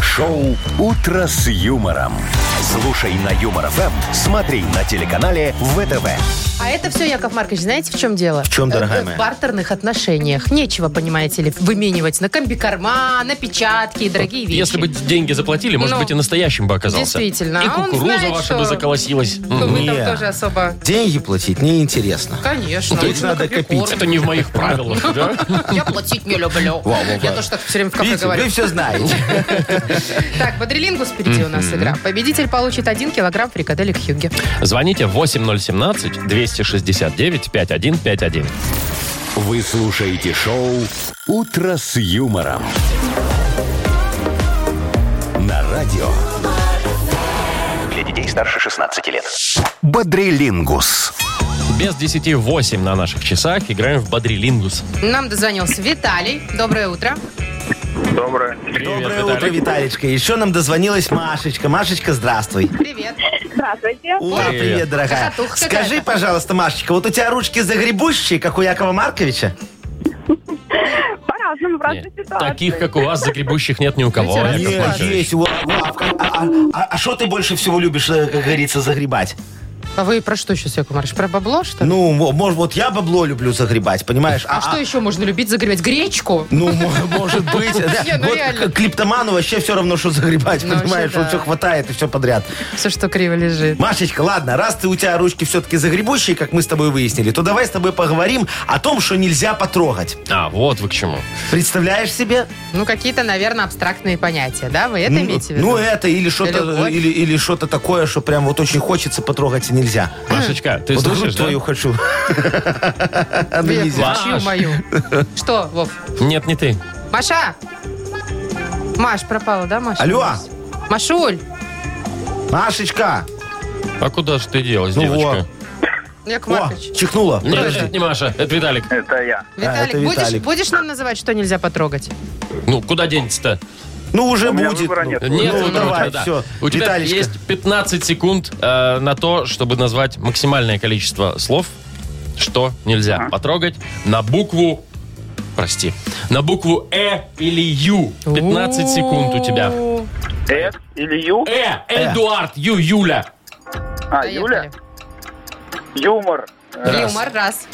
Speaker 1: Шоу «Утро с юмором». Слушай на Юмор ФМ, смотри на телеканале ВТВ.
Speaker 3: А это все, Яков Маркович, знаете, в чем дело? В
Speaker 4: чем, дорогая моя?
Speaker 3: В бартерных отношениях. Нечего, понимаете ли, выменивать на комбикорма, на печатки и дорогие вещи.
Speaker 2: Если бы деньги заплатили, может
Speaker 3: Ну,
Speaker 2: быть, и настоящим бы оказался.
Speaker 3: действительно.
Speaker 2: И
Speaker 3: А он
Speaker 2: кукуруза
Speaker 3: знает,
Speaker 2: ваша
Speaker 3: что-
Speaker 2: бы заколосилась.
Speaker 3: Ну,
Speaker 2: Мгм.
Speaker 3: Вы там
Speaker 4: Не.
Speaker 3: тоже особо...
Speaker 4: Деньги платить неинтересно.
Speaker 3: Конечно.
Speaker 4: То
Speaker 3: лучше
Speaker 4: есть
Speaker 3: на
Speaker 4: надо
Speaker 3: комбикорм.
Speaker 4: копить.
Speaker 2: Это не в моих правилах, да?
Speaker 3: Я платить не люблю. Я тоже так все время в кафе
Speaker 4: Видите,
Speaker 3: говорю.
Speaker 4: вы все знаете.
Speaker 3: Так, Бодрилингус впереди у нас игра. Победитель получит 1 килограмм фрикаделек Хьюги.
Speaker 2: Звоните 8017-269-5151.
Speaker 1: Вы слушаете шоу «Утро с юмором». На радио
Speaker 5: Для детей старше 16 лет.
Speaker 1: «Бодрилингус».
Speaker 2: Без 10 8 на наших часах играем в Бодрилингус.
Speaker 3: Нам дозвонился Виталий. Доброе утро.
Speaker 6: Доброе.
Speaker 2: Привет,
Speaker 4: Доброе
Speaker 2: Виталик.
Speaker 4: утро, Виталичка. Еще нам дозвонилась Машечка. Машечка, здравствуй.
Speaker 3: Привет.
Speaker 7: Здравствуйте.
Speaker 4: Ура,
Speaker 2: Привет.
Speaker 4: привет, дорогая.
Speaker 3: Хохотуха
Speaker 4: Скажи,
Speaker 3: какая-то.
Speaker 4: пожалуйста, Машечка, вот у тебя ручки загребущие, как у Якова Марковича?
Speaker 7: По-разному, в разных
Speaker 2: Нет,
Speaker 7: ситуациях.
Speaker 2: Таких, как у вас, загребущих нет ни у кого.
Speaker 3: Знаете,
Speaker 2: Яков
Speaker 4: Нет,
Speaker 2: Маркович.
Speaker 4: есть. вот, Лавка. А что ты больше всего любишь, э, как говорится, загребать?
Speaker 3: А вы про что сейчас, Яков Маркович? Про бабло, что ли?
Speaker 4: Ну, мо- может, вот я бабло люблю загребать, понимаешь?
Speaker 3: а, что еще можно любить загребать? Гречку?
Speaker 4: Ну, мо- может быть. Да.
Speaker 3: Не, ну
Speaker 4: Вот
Speaker 3: реально.
Speaker 4: к- клиптоману вообще все равно, что загребать,
Speaker 3: Ну, вообще
Speaker 4: понимаешь?
Speaker 3: да.
Speaker 4: Он все хватает и все подряд.
Speaker 3: Все, что криво лежит.
Speaker 4: Машечка, ладно, раз ты у тебя ручки все-таки загребущие, как мы с тобой выяснили, то давай с тобой поговорим о том, что нельзя потрогать.
Speaker 2: А, вот вы к чему.
Speaker 4: Представляешь себе?
Speaker 3: Ну, какие-то, наверное, абстрактные понятия, да? Вы это
Speaker 4: Ну,
Speaker 3: имеете в виду?
Speaker 4: Ну, это или что-то
Speaker 3: Любовь.
Speaker 4: или, или что-то такое, что прям вот очень хочется потрогать и нельзя.
Speaker 2: Машечка, ты
Speaker 4: вот
Speaker 2: слышишь,
Speaker 4: грудь
Speaker 2: да?
Speaker 4: твою хочу. А, ну,
Speaker 3: Век,
Speaker 4: нельзя.
Speaker 2: Маш.
Speaker 3: чью мою? Что, Вов?
Speaker 2: Нет, не ты.
Speaker 3: Маша! Маш пропала, да, Маша?
Speaker 4: Алло.
Speaker 3: Машуль!
Speaker 4: Машечка!
Speaker 2: А куда же ты делась,
Speaker 4: Ну
Speaker 2: девочка?
Speaker 3: Яков
Speaker 4: О,
Speaker 3: Маркович.
Speaker 4: чихнула.
Speaker 2: Нет,
Speaker 4: Подожди.
Speaker 2: это не Маша, это Виталик.
Speaker 6: Это я.
Speaker 3: Виталик,
Speaker 4: это
Speaker 3: будешь,
Speaker 4: Виталик.
Speaker 3: будешь нам называть, что нельзя потрогать?
Speaker 2: Ну, куда денется-то?
Speaker 4: Ну, уже
Speaker 6: У меня
Speaker 4: будет.
Speaker 6: выбора
Speaker 4: Ну,
Speaker 6: нет.
Speaker 2: Нет,
Speaker 4: Ну,
Speaker 2: выбора у
Speaker 4: давай,
Speaker 2: тебя, да.
Speaker 4: все.
Speaker 2: У тебя
Speaker 4: Виталичка.
Speaker 2: есть 15 секунд э, на то, чтобы назвать максимальное количество слов, что нельзя потрогать, на букву... Прости. На букву Э или Ю. 15 секунд у тебя.
Speaker 6: Э или Ю?
Speaker 2: Э, Эдуард, Ю, Юля.
Speaker 6: А, Юля? Юмор. Э,
Speaker 2: Раз.
Speaker 3: Юмор, раз.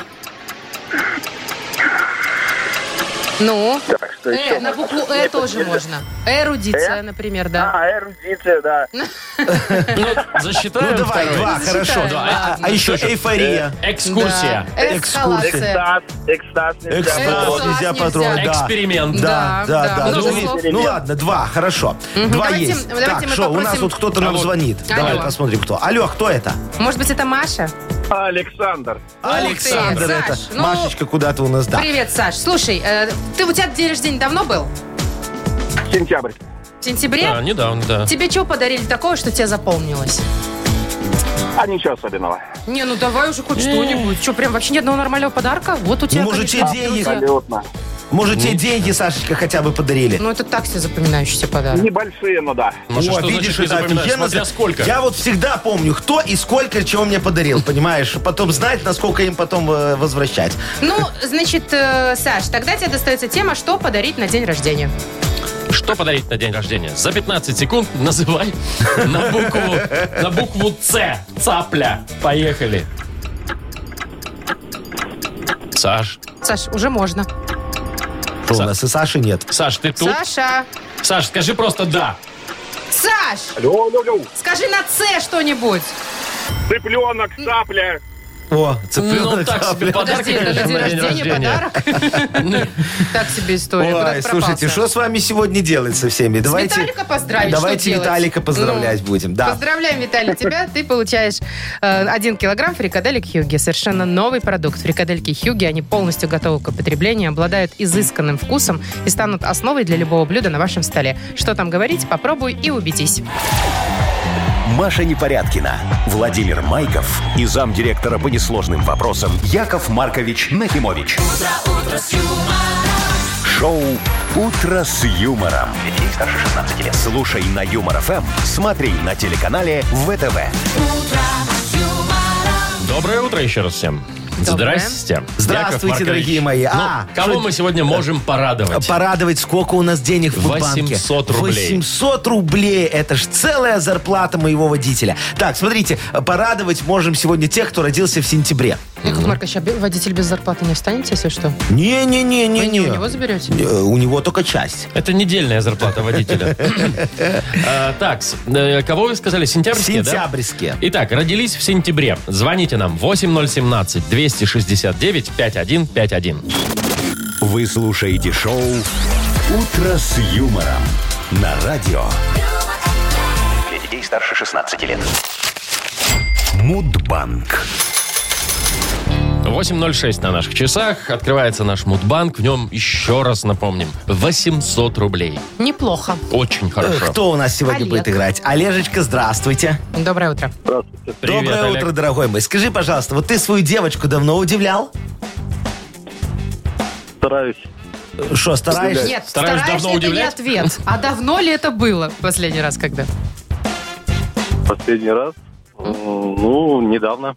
Speaker 3: Ну,
Speaker 6: Так, что еще?
Speaker 3: э, на букву Э тоже можно. Эрудиция, например, да.
Speaker 6: А, эрудиция, да.
Speaker 2: Ну, засчитаем
Speaker 4: Ну, давай,
Speaker 2: второй.
Speaker 4: два, хорошо.
Speaker 3: Считаем,
Speaker 4: А,
Speaker 3: ладно.
Speaker 4: а еще эйфория.
Speaker 2: Экскурсия.
Speaker 3: Да. А, Эскалация.
Speaker 6: Экстаз, экстаз нельзя
Speaker 4: Экстаз
Speaker 6: Э, потрогать.
Speaker 4: нельзя
Speaker 3: нельзя.
Speaker 4: потрогать. да.
Speaker 2: Эксперимент.
Speaker 4: Да,
Speaker 3: Да,
Speaker 4: да,
Speaker 3: да.
Speaker 4: да.
Speaker 3: Много
Speaker 4: Ну,
Speaker 3: слов.
Speaker 4: ну ладно, два, хорошо. Два
Speaker 3: Давайте-
Speaker 4: есть.
Speaker 3: давайте
Speaker 4: так,
Speaker 3: мы
Speaker 4: что, у нас
Speaker 3: попросим-
Speaker 4: вот кто-то
Speaker 2: А
Speaker 4: нам
Speaker 2: вот-
Speaker 4: звонит. Давай
Speaker 3: Алло.
Speaker 4: посмотрим, кто. Алло, кто это?
Speaker 3: Может быть, это Маша?
Speaker 6: А, Александр.
Speaker 4: Александр
Speaker 3: Саш,
Speaker 4: это.
Speaker 3: ну-
Speaker 4: Машечка куда-то у нас, да.
Speaker 3: Привет, Саш. Слушай, э, ты у тебя день рождения давно был?
Speaker 6: Сентябрь.
Speaker 3: В сентябре?
Speaker 2: Да, недавно, да.
Speaker 3: Тебе чего подарили такого, что тебе запомнилось?
Speaker 6: А ничего особенного.
Speaker 3: Не, ну давай уже хоть что-нибудь. Что, прям вообще ни одного нормального подарка? Вот у тебя,
Speaker 4: может,
Speaker 3: конечно,
Speaker 4: тебе
Speaker 3: плюсы.
Speaker 4: денег?
Speaker 6: Абсолютно.
Speaker 4: Может, тебе деньги, Сашечка, хотя бы подарили?
Speaker 3: Ну, это так себе запоминающийся подарок.
Speaker 6: Небольшие, но да.
Speaker 2: Маша,
Speaker 4: О,
Speaker 2: что
Speaker 4: видишь,
Speaker 2: значит не
Speaker 4: это
Speaker 2: запоминаешь?
Speaker 4: офигенно.
Speaker 2: Смотря сколько.
Speaker 4: Я вот всегда помню, кто и сколько чего мне подарил, понимаешь? Потом знать, насколько им потом э, возвращать.
Speaker 3: Ну, значит, э, Саш, тогда тебе достается тема, что подарить на день рождения.
Speaker 2: Что подарить на день рождения? За 15 секунд называй на букву, на букву С. Цапля. Поехали. Саш,
Speaker 3: Саш, уже можно.
Speaker 4: Что
Speaker 2: Са-
Speaker 4: у нас и Саши нет.
Speaker 2: Саш, ты тут?
Speaker 3: Саша!
Speaker 2: Саш, скажи просто да.
Speaker 3: Саш!
Speaker 6: Алло, алло, алло.
Speaker 3: Скажи на С что-нибудь.
Speaker 6: Цыпленок, цапля.
Speaker 4: О,
Speaker 2: Ну,
Speaker 4: цыпленок.
Speaker 2: так
Speaker 4: да,
Speaker 2: себе
Speaker 4: блин.
Speaker 2: подарки,
Speaker 3: Подожди, это
Speaker 2: конечно,
Speaker 3: на день рождения подарок? Так себе история. Куда
Speaker 4: Ой,
Speaker 3: ты
Speaker 4: слушайте,
Speaker 3: пропался?
Speaker 4: что с вами сегодня делать со всеми? Давайте,
Speaker 3: Виталика поздравить, что
Speaker 4: Давайте
Speaker 3: делать? Ну,
Speaker 4: Виталика поздравлять будем, да.
Speaker 3: Поздравляем, Виталий, тебя. Ты получаешь э, 1 килограмм фрикаделек Хьюги. Совершенно новый продукт. Фрикадельки Хьюги, они полностью готовы к употреблению, обладают изысканным вкусом и станут основой для любого блюда на вашем столе. Что там говорить, попробуй и убедись.
Speaker 1: Маша Непорядкина, Владимир Майков и замдиректора по несложным вопросам Яков Маркович Нахимович. Шоу Утро с юмором. Детей старше 16 лет. Слушай на юмор ФМ, смотри на телеканале ВТВ.
Speaker 2: Доброе утро еще раз всем.
Speaker 3: Доброе.
Speaker 2: Здрасте.
Speaker 4: Здравствуйте,
Speaker 2: Яков Маркович.
Speaker 4: дорогие мои.
Speaker 2: Ну,
Speaker 4: А,
Speaker 2: кого
Speaker 4: что-
Speaker 2: мы сегодня можем порадовать?
Speaker 4: Порадовать, сколько у нас денег в Мудбанке.
Speaker 2: 800 рублей.
Speaker 4: 800 рублей. Это ж целая зарплата моего водителя. Так, смотрите, порадовать можем сегодня тех, кто родился в сентябре.
Speaker 3: Яков Маркович, а бе- водитель без зарплаты не останется, если что? Вы не
Speaker 4: Не-не-не-не-не.
Speaker 3: у него заберете?
Speaker 4: Э, У него только часть.
Speaker 2: Это недельная зарплата водителя. А, Так, с- э, кого вы сказали? Сентябрьские, да?
Speaker 4: Сентябрьские.
Speaker 2: Итак, родились в сентябре. Звоните нам 8017-269-5151.
Speaker 1: Вы слушаете шоу Утро с юмором на радио
Speaker 5: Для детей старше 16 лет.
Speaker 1: Мудбанк.
Speaker 2: 8.06 на наших часах. Открывается наш мудбанк. В нем, еще раз напомним, 800 рублей.
Speaker 3: Неплохо.
Speaker 2: Очень
Speaker 4: Э,
Speaker 2: хорошо.
Speaker 4: Кто у нас сегодня
Speaker 3: Олег.
Speaker 4: будет играть? Олежечка, здравствуйте.
Speaker 3: Доброе утро.
Speaker 2: Привет,
Speaker 4: Доброе
Speaker 2: Олег.
Speaker 4: утро, дорогой мой. Скажи, пожалуйста, вот ты свою девочку давно удивлял?
Speaker 6: Стараюсь.
Speaker 4: Э, Что, стараешься?
Speaker 3: Нет,
Speaker 2: Стараюсь
Speaker 3: стараешься,
Speaker 2: давно
Speaker 3: это
Speaker 2: удивлять.
Speaker 3: не ответ. А давно ли это было в последний раз, когда?
Speaker 6: Последний раз. Ну, недавно.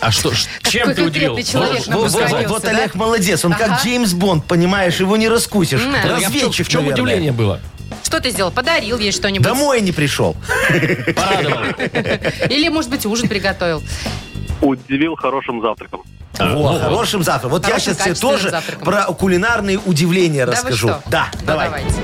Speaker 2: А что, ш- чем ты удивил?
Speaker 3: конкретный
Speaker 2: Можешь
Speaker 3: человек нам
Speaker 4: Вот, вот-
Speaker 3: дозвонился,
Speaker 4: вот
Speaker 3: да?
Speaker 4: Олег молодец, он
Speaker 3: Ага.
Speaker 4: как Джеймс Бонд, понимаешь, его не раскусишь.
Speaker 3: М, а
Speaker 2: Я в чём-
Speaker 4: Разведчик,
Speaker 2: В чем
Speaker 4: наверное.
Speaker 2: удивление было?
Speaker 3: Что ты сделал? Подарил ей что-нибудь?
Speaker 4: Домой не пришел.
Speaker 2: Порадовал.
Speaker 3: Или, может быть, ужин приготовил?
Speaker 6: Удивил хорошим завтраком.
Speaker 2: А,
Speaker 4: Во,
Speaker 2: ну,
Speaker 4: хорошим завтраком. Вот я
Speaker 3: Хорошим,
Speaker 4: сейчас тебе
Speaker 3: качественным
Speaker 4: тоже
Speaker 3: завтраком.
Speaker 4: про кулинарные удивления
Speaker 3: Да вы
Speaker 4: расскажу.
Speaker 3: что?
Speaker 4: Да,
Speaker 3: Ну,
Speaker 4: давай.
Speaker 3: давайте.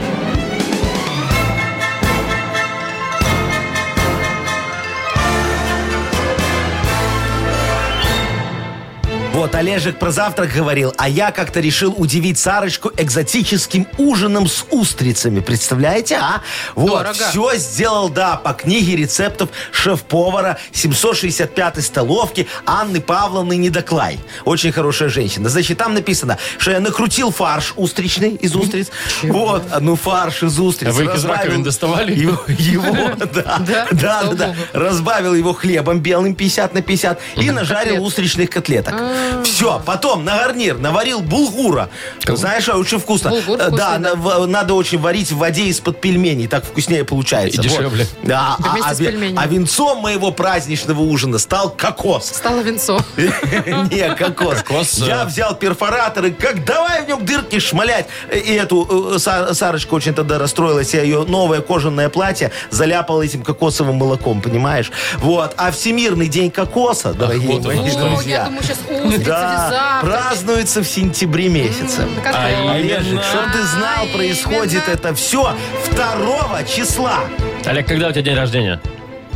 Speaker 4: Вот Олежек про завтрак говорил, а я как-то решил удивить Сарочку экзотическим ужином с устрицами. Представляете, а? Вот,
Speaker 3: Дорого.
Speaker 4: все сделал, да, по книге рецептов шеф-повара 765-й столовки Анны Павловны Недоклай. Очень хорошая женщина. Значит, там написано, что я накрутил фарш устричный из устриц. Вот, а, ну фарш из устриц.
Speaker 2: А вы их из
Speaker 4: Разбавил
Speaker 2: раковин доставали?
Speaker 4: Его, его, да, да, да,
Speaker 3: слава
Speaker 4: да.
Speaker 3: богу.
Speaker 4: Разбавил его хлебом белым 50 на 50 и нажарил устричных котлеток.
Speaker 3: А.
Speaker 4: Все, потом на гарнир наварил булгура. Знаешь, а, очень вкусно.
Speaker 3: Булгур
Speaker 4: Э,
Speaker 3: вкусный, да.
Speaker 4: Да, на- в- надо очень варить в воде из-под пельменей, так вкуснее получается.
Speaker 2: И
Speaker 4: Вот.
Speaker 2: дешевле.
Speaker 4: Да, а,
Speaker 3: Вместе
Speaker 4: а
Speaker 3: с
Speaker 4: ве-
Speaker 3: пельменями.
Speaker 4: а венцом моего праздничного ужина стал кокос.
Speaker 3: Стало венцо.
Speaker 4: Не, кокос.
Speaker 2: Кокос,
Speaker 4: Я
Speaker 2: э,
Speaker 4: взял перфоратор и как давай в нем дырки шмалять. И эту э, Са- Сарочка очень тогда расстроилась. Я ее новое кожаное платье заляпал этим кокосовым молоком, понимаешь? Вот. А Всемирный день кокоса, дорогие
Speaker 2: вот оно
Speaker 4: мои
Speaker 2: что.
Speaker 3: О,
Speaker 4: друзья.
Speaker 3: Ну, я думаю, сейчас устрицы
Speaker 4: Да,
Speaker 3: или завтраки.
Speaker 4: празднуется в сентябре месяце.
Speaker 2: А
Speaker 3: Какая?
Speaker 4: Олежек,
Speaker 2: именно.
Speaker 4: чтобы ты знал,
Speaker 3: А,
Speaker 4: происходит
Speaker 3: именно.
Speaker 4: это все 2 числа.
Speaker 2: Олег, когда у тебя день рождения?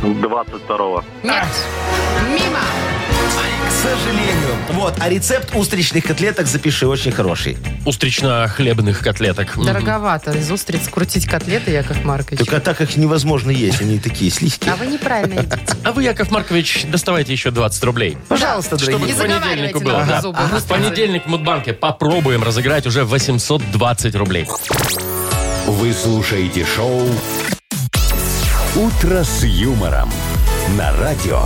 Speaker 6: 22-го.
Speaker 3: Нет. Мимо.
Speaker 4: К сожалению. Вот, а рецепт устричных котлеток запиши, очень хороший.
Speaker 2: Устрично-хлебных котлеток. Мгм.
Speaker 3: Дороговато из устриц крутить котлеты, Яков Маркович.
Speaker 4: Только так их невозможно есть, они такие слизкие.
Speaker 3: А вы неправильно едите.
Speaker 2: А вы, Яков Маркович, доставайте еще 20 рублей.
Speaker 4: А, Пожалуйста,
Speaker 2: Чтобы
Speaker 4: дорогие.
Speaker 3: Не
Speaker 2: к понедельнику
Speaker 3: заговаривайте
Speaker 2: было.
Speaker 3: нам на
Speaker 2: да.
Speaker 3: зубы,
Speaker 2: Ага. В
Speaker 3: устрицы.
Speaker 2: понедельник в Мудбанке попробуем разыграть уже 820 рублей.
Speaker 1: Вы слушаете шоу «Утро с юмором» на радио.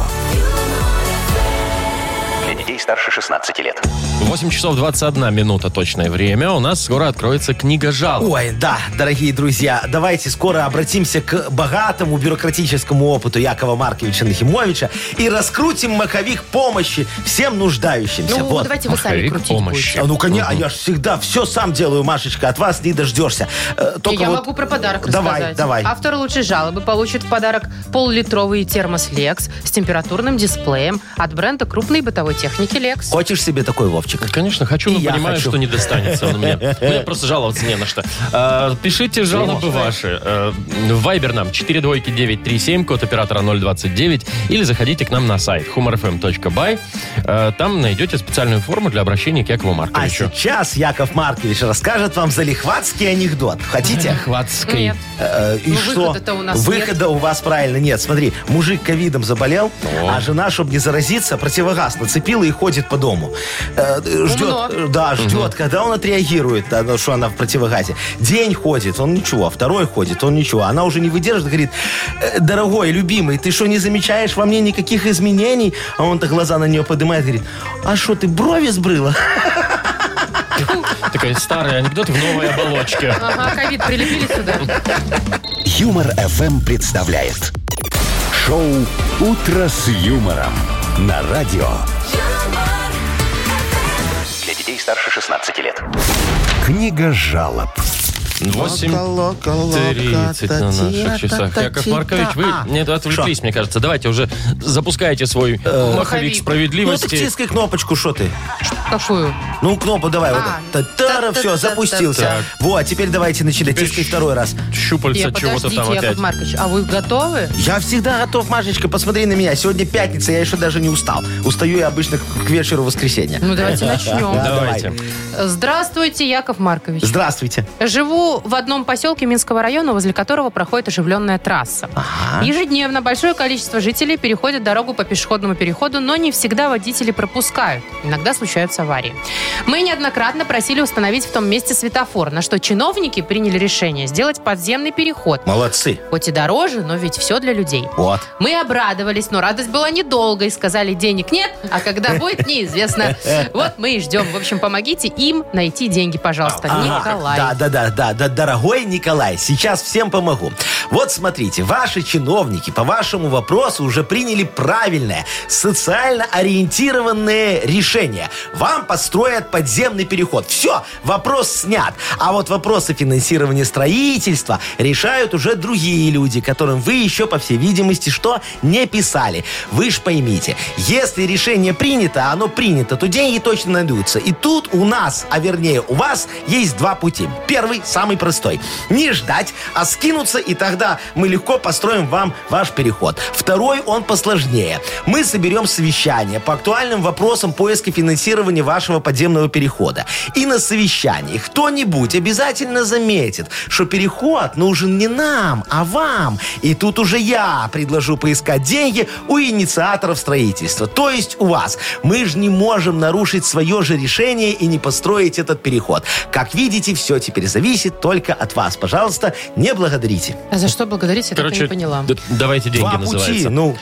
Speaker 5: Для детей старше 16 лет.
Speaker 2: 8 часов 21 минута точное время. У нас скоро откроется книга жалоб.
Speaker 4: Ой, да, дорогие друзья, давайте скоро обратимся к богатому бюрократическому опыту Якова Марковича Нахимовича и раскрутим маковик помощи всем нуждающимся.
Speaker 3: Ну,
Speaker 4: вот.
Speaker 3: давайте вы сами
Speaker 2: Маховик
Speaker 3: крутить
Speaker 2: помощи.
Speaker 3: будете.
Speaker 4: А ну, конечно, а я же всегда все сам делаю, Машечка, от вас не дождешься. Э, только
Speaker 3: я
Speaker 4: вот-
Speaker 3: могу про подарок
Speaker 4: Давай,
Speaker 3: рассказать.
Speaker 4: давай.
Speaker 3: Автор лучшей жалобы получит в подарок полулитровый термос Lex с температурным дисплеем от бренда крупной бытовой техники Lex.
Speaker 4: Хочешь себе такой, Вовчик?
Speaker 2: Конечно, хочу,
Speaker 4: И
Speaker 2: но
Speaker 4: я
Speaker 2: понимаю,
Speaker 4: хочу.
Speaker 2: что не достанется он мне. Ну, я просто жаловаться не на что. А, Пишите жалобы ваши. Э, в Viber нам 42937, код оператора 029, или заходите к нам на сайт humorfm.by. Э, Там найдете специальную форму для обращения к Якову
Speaker 4: А
Speaker 2: Марковичу.
Speaker 4: сейчас Яков Маркович расскажет вам залихватский анекдот. Хотите?
Speaker 2: Хватский.
Speaker 3: Нет.
Speaker 4: Э, И
Speaker 3: Ну,
Speaker 4: что?
Speaker 3: выхода-то у нас
Speaker 4: Выхода у вас правильно нет. Смотри, мужик ковидом заболел,
Speaker 2: О.
Speaker 4: а жена, чтобы не заразиться, противогаз нацепила и ходит по дому. Э, э, Ждет,
Speaker 3: Умно.
Speaker 4: э, да, ждет, когда он отреагирует, да, на- что она в противогазе. День ходит, он ничего, второй ходит, он ничего. Она уже не выдержит, говорит, «Э, дорогой, любимый, ты что, не замечаешь во мне никаких изменений? А он-то глаза на нее поднимает, говорит, а что, ты брови сбрыла?
Speaker 2: Такой старый анекдот в новой оболочке.
Speaker 3: Ага, ковид прилепили сюда.
Speaker 1: Юмор FM представляет шоу Утро с юмором на радио.
Speaker 5: Для детей старше 16 лет.
Speaker 1: Книга жалоб.
Speaker 2: 8.30 на наших часах. Яков Маркович, вы не отвлеклись, мне кажется. Давайте уже запускайте свой маховик
Speaker 3: Маховик.
Speaker 4: Ну так
Speaker 2: справедливости.
Speaker 4: тискай кнопочку, что ты?
Speaker 3: Какую?
Speaker 4: Ну, кнопку давай. Вот.
Speaker 3: А.
Speaker 4: Татара, все,
Speaker 3: Та-та-та-та-та.
Speaker 4: запустился.
Speaker 2: Так.
Speaker 4: Вот, теперь давайте начинать.
Speaker 2: Теперь
Speaker 4: Тискай второй раз.
Speaker 2: Щупальца
Speaker 3: Я,
Speaker 2: чего-то
Speaker 3: подождите,
Speaker 2: там
Speaker 3: Яков
Speaker 2: опять.
Speaker 3: Маркович, а вы готовы?
Speaker 4: Я всегда готов, Машечка, посмотри на меня. Сегодня пятница, я еще даже не устал. Устаю я обычно к к вечеру воскресенья.
Speaker 3: Ну, давайте начнем.
Speaker 4: Да. давай.
Speaker 2: Давайте.
Speaker 3: Здравствуйте, Яков Маркович.
Speaker 4: Здравствуйте.
Speaker 3: Живу в одном поселке Минского района, возле которого проходит оживленная трасса. Ежедневно большое количество жителей переходит дорогу по пешеходному переходу, но не всегда водители пропускают. Иногда случаются аварии. Мы неоднократно просили установить в том месте светофор, на что чиновники приняли решение сделать подземный переход.
Speaker 4: Молодцы.
Speaker 3: Хоть и дороже, но ведь все для людей.
Speaker 4: Вот.
Speaker 3: Мы обрадовались, но радость была недолгой. Сказали, денег нет, а когда будет, неизвестно. Вот мы и ждем. В общем, помогите им найти деньги, пожалуйста.
Speaker 4: А, Ага.
Speaker 3: Николай.
Speaker 4: Да, да, да, да, да, дорогой Николай, сейчас всем помогу. Вот смотрите, ваши чиновники по вашему вопросу уже приняли правильное, социально ориентированное решение. Вам построят подземный переход. Все, вопрос снят. А вот вопросы финансирования строительства решают уже другие люди, которым вы еще, по всей видимости, что не писали. Вы ж поймите, если решение принято, а оно принято, то деньги точно найдутся. И тут у нас, а вернее у вас, есть два пути. Первый, самый простой. Не ждать, а скинуться, и тогда мы легко построим вам ваш переход. Второй, он посложнее. Мы соберем совещание по актуальным вопросам поиска финансирования вашего подземного перехода. И на совещании кто-нибудь обязательно заметит, что переход нужен не нам, а вам. И тут уже я предложу поискать деньги у инициаторов строительства, то есть у вас. Мы же не можем нарушить свое же решение и не построить этот переход. Как видите, все теперь зависит только от вас. Пожалуйста, не благодарите.
Speaker 3: А за что благодарить, я
Speaker 2: Короче,
Speaker 3: так и не поняла.
Speaker 2: д- давайте деньги
Speaker 4: Два пути,
Speaker 2: называется.
Speaker 4: ну.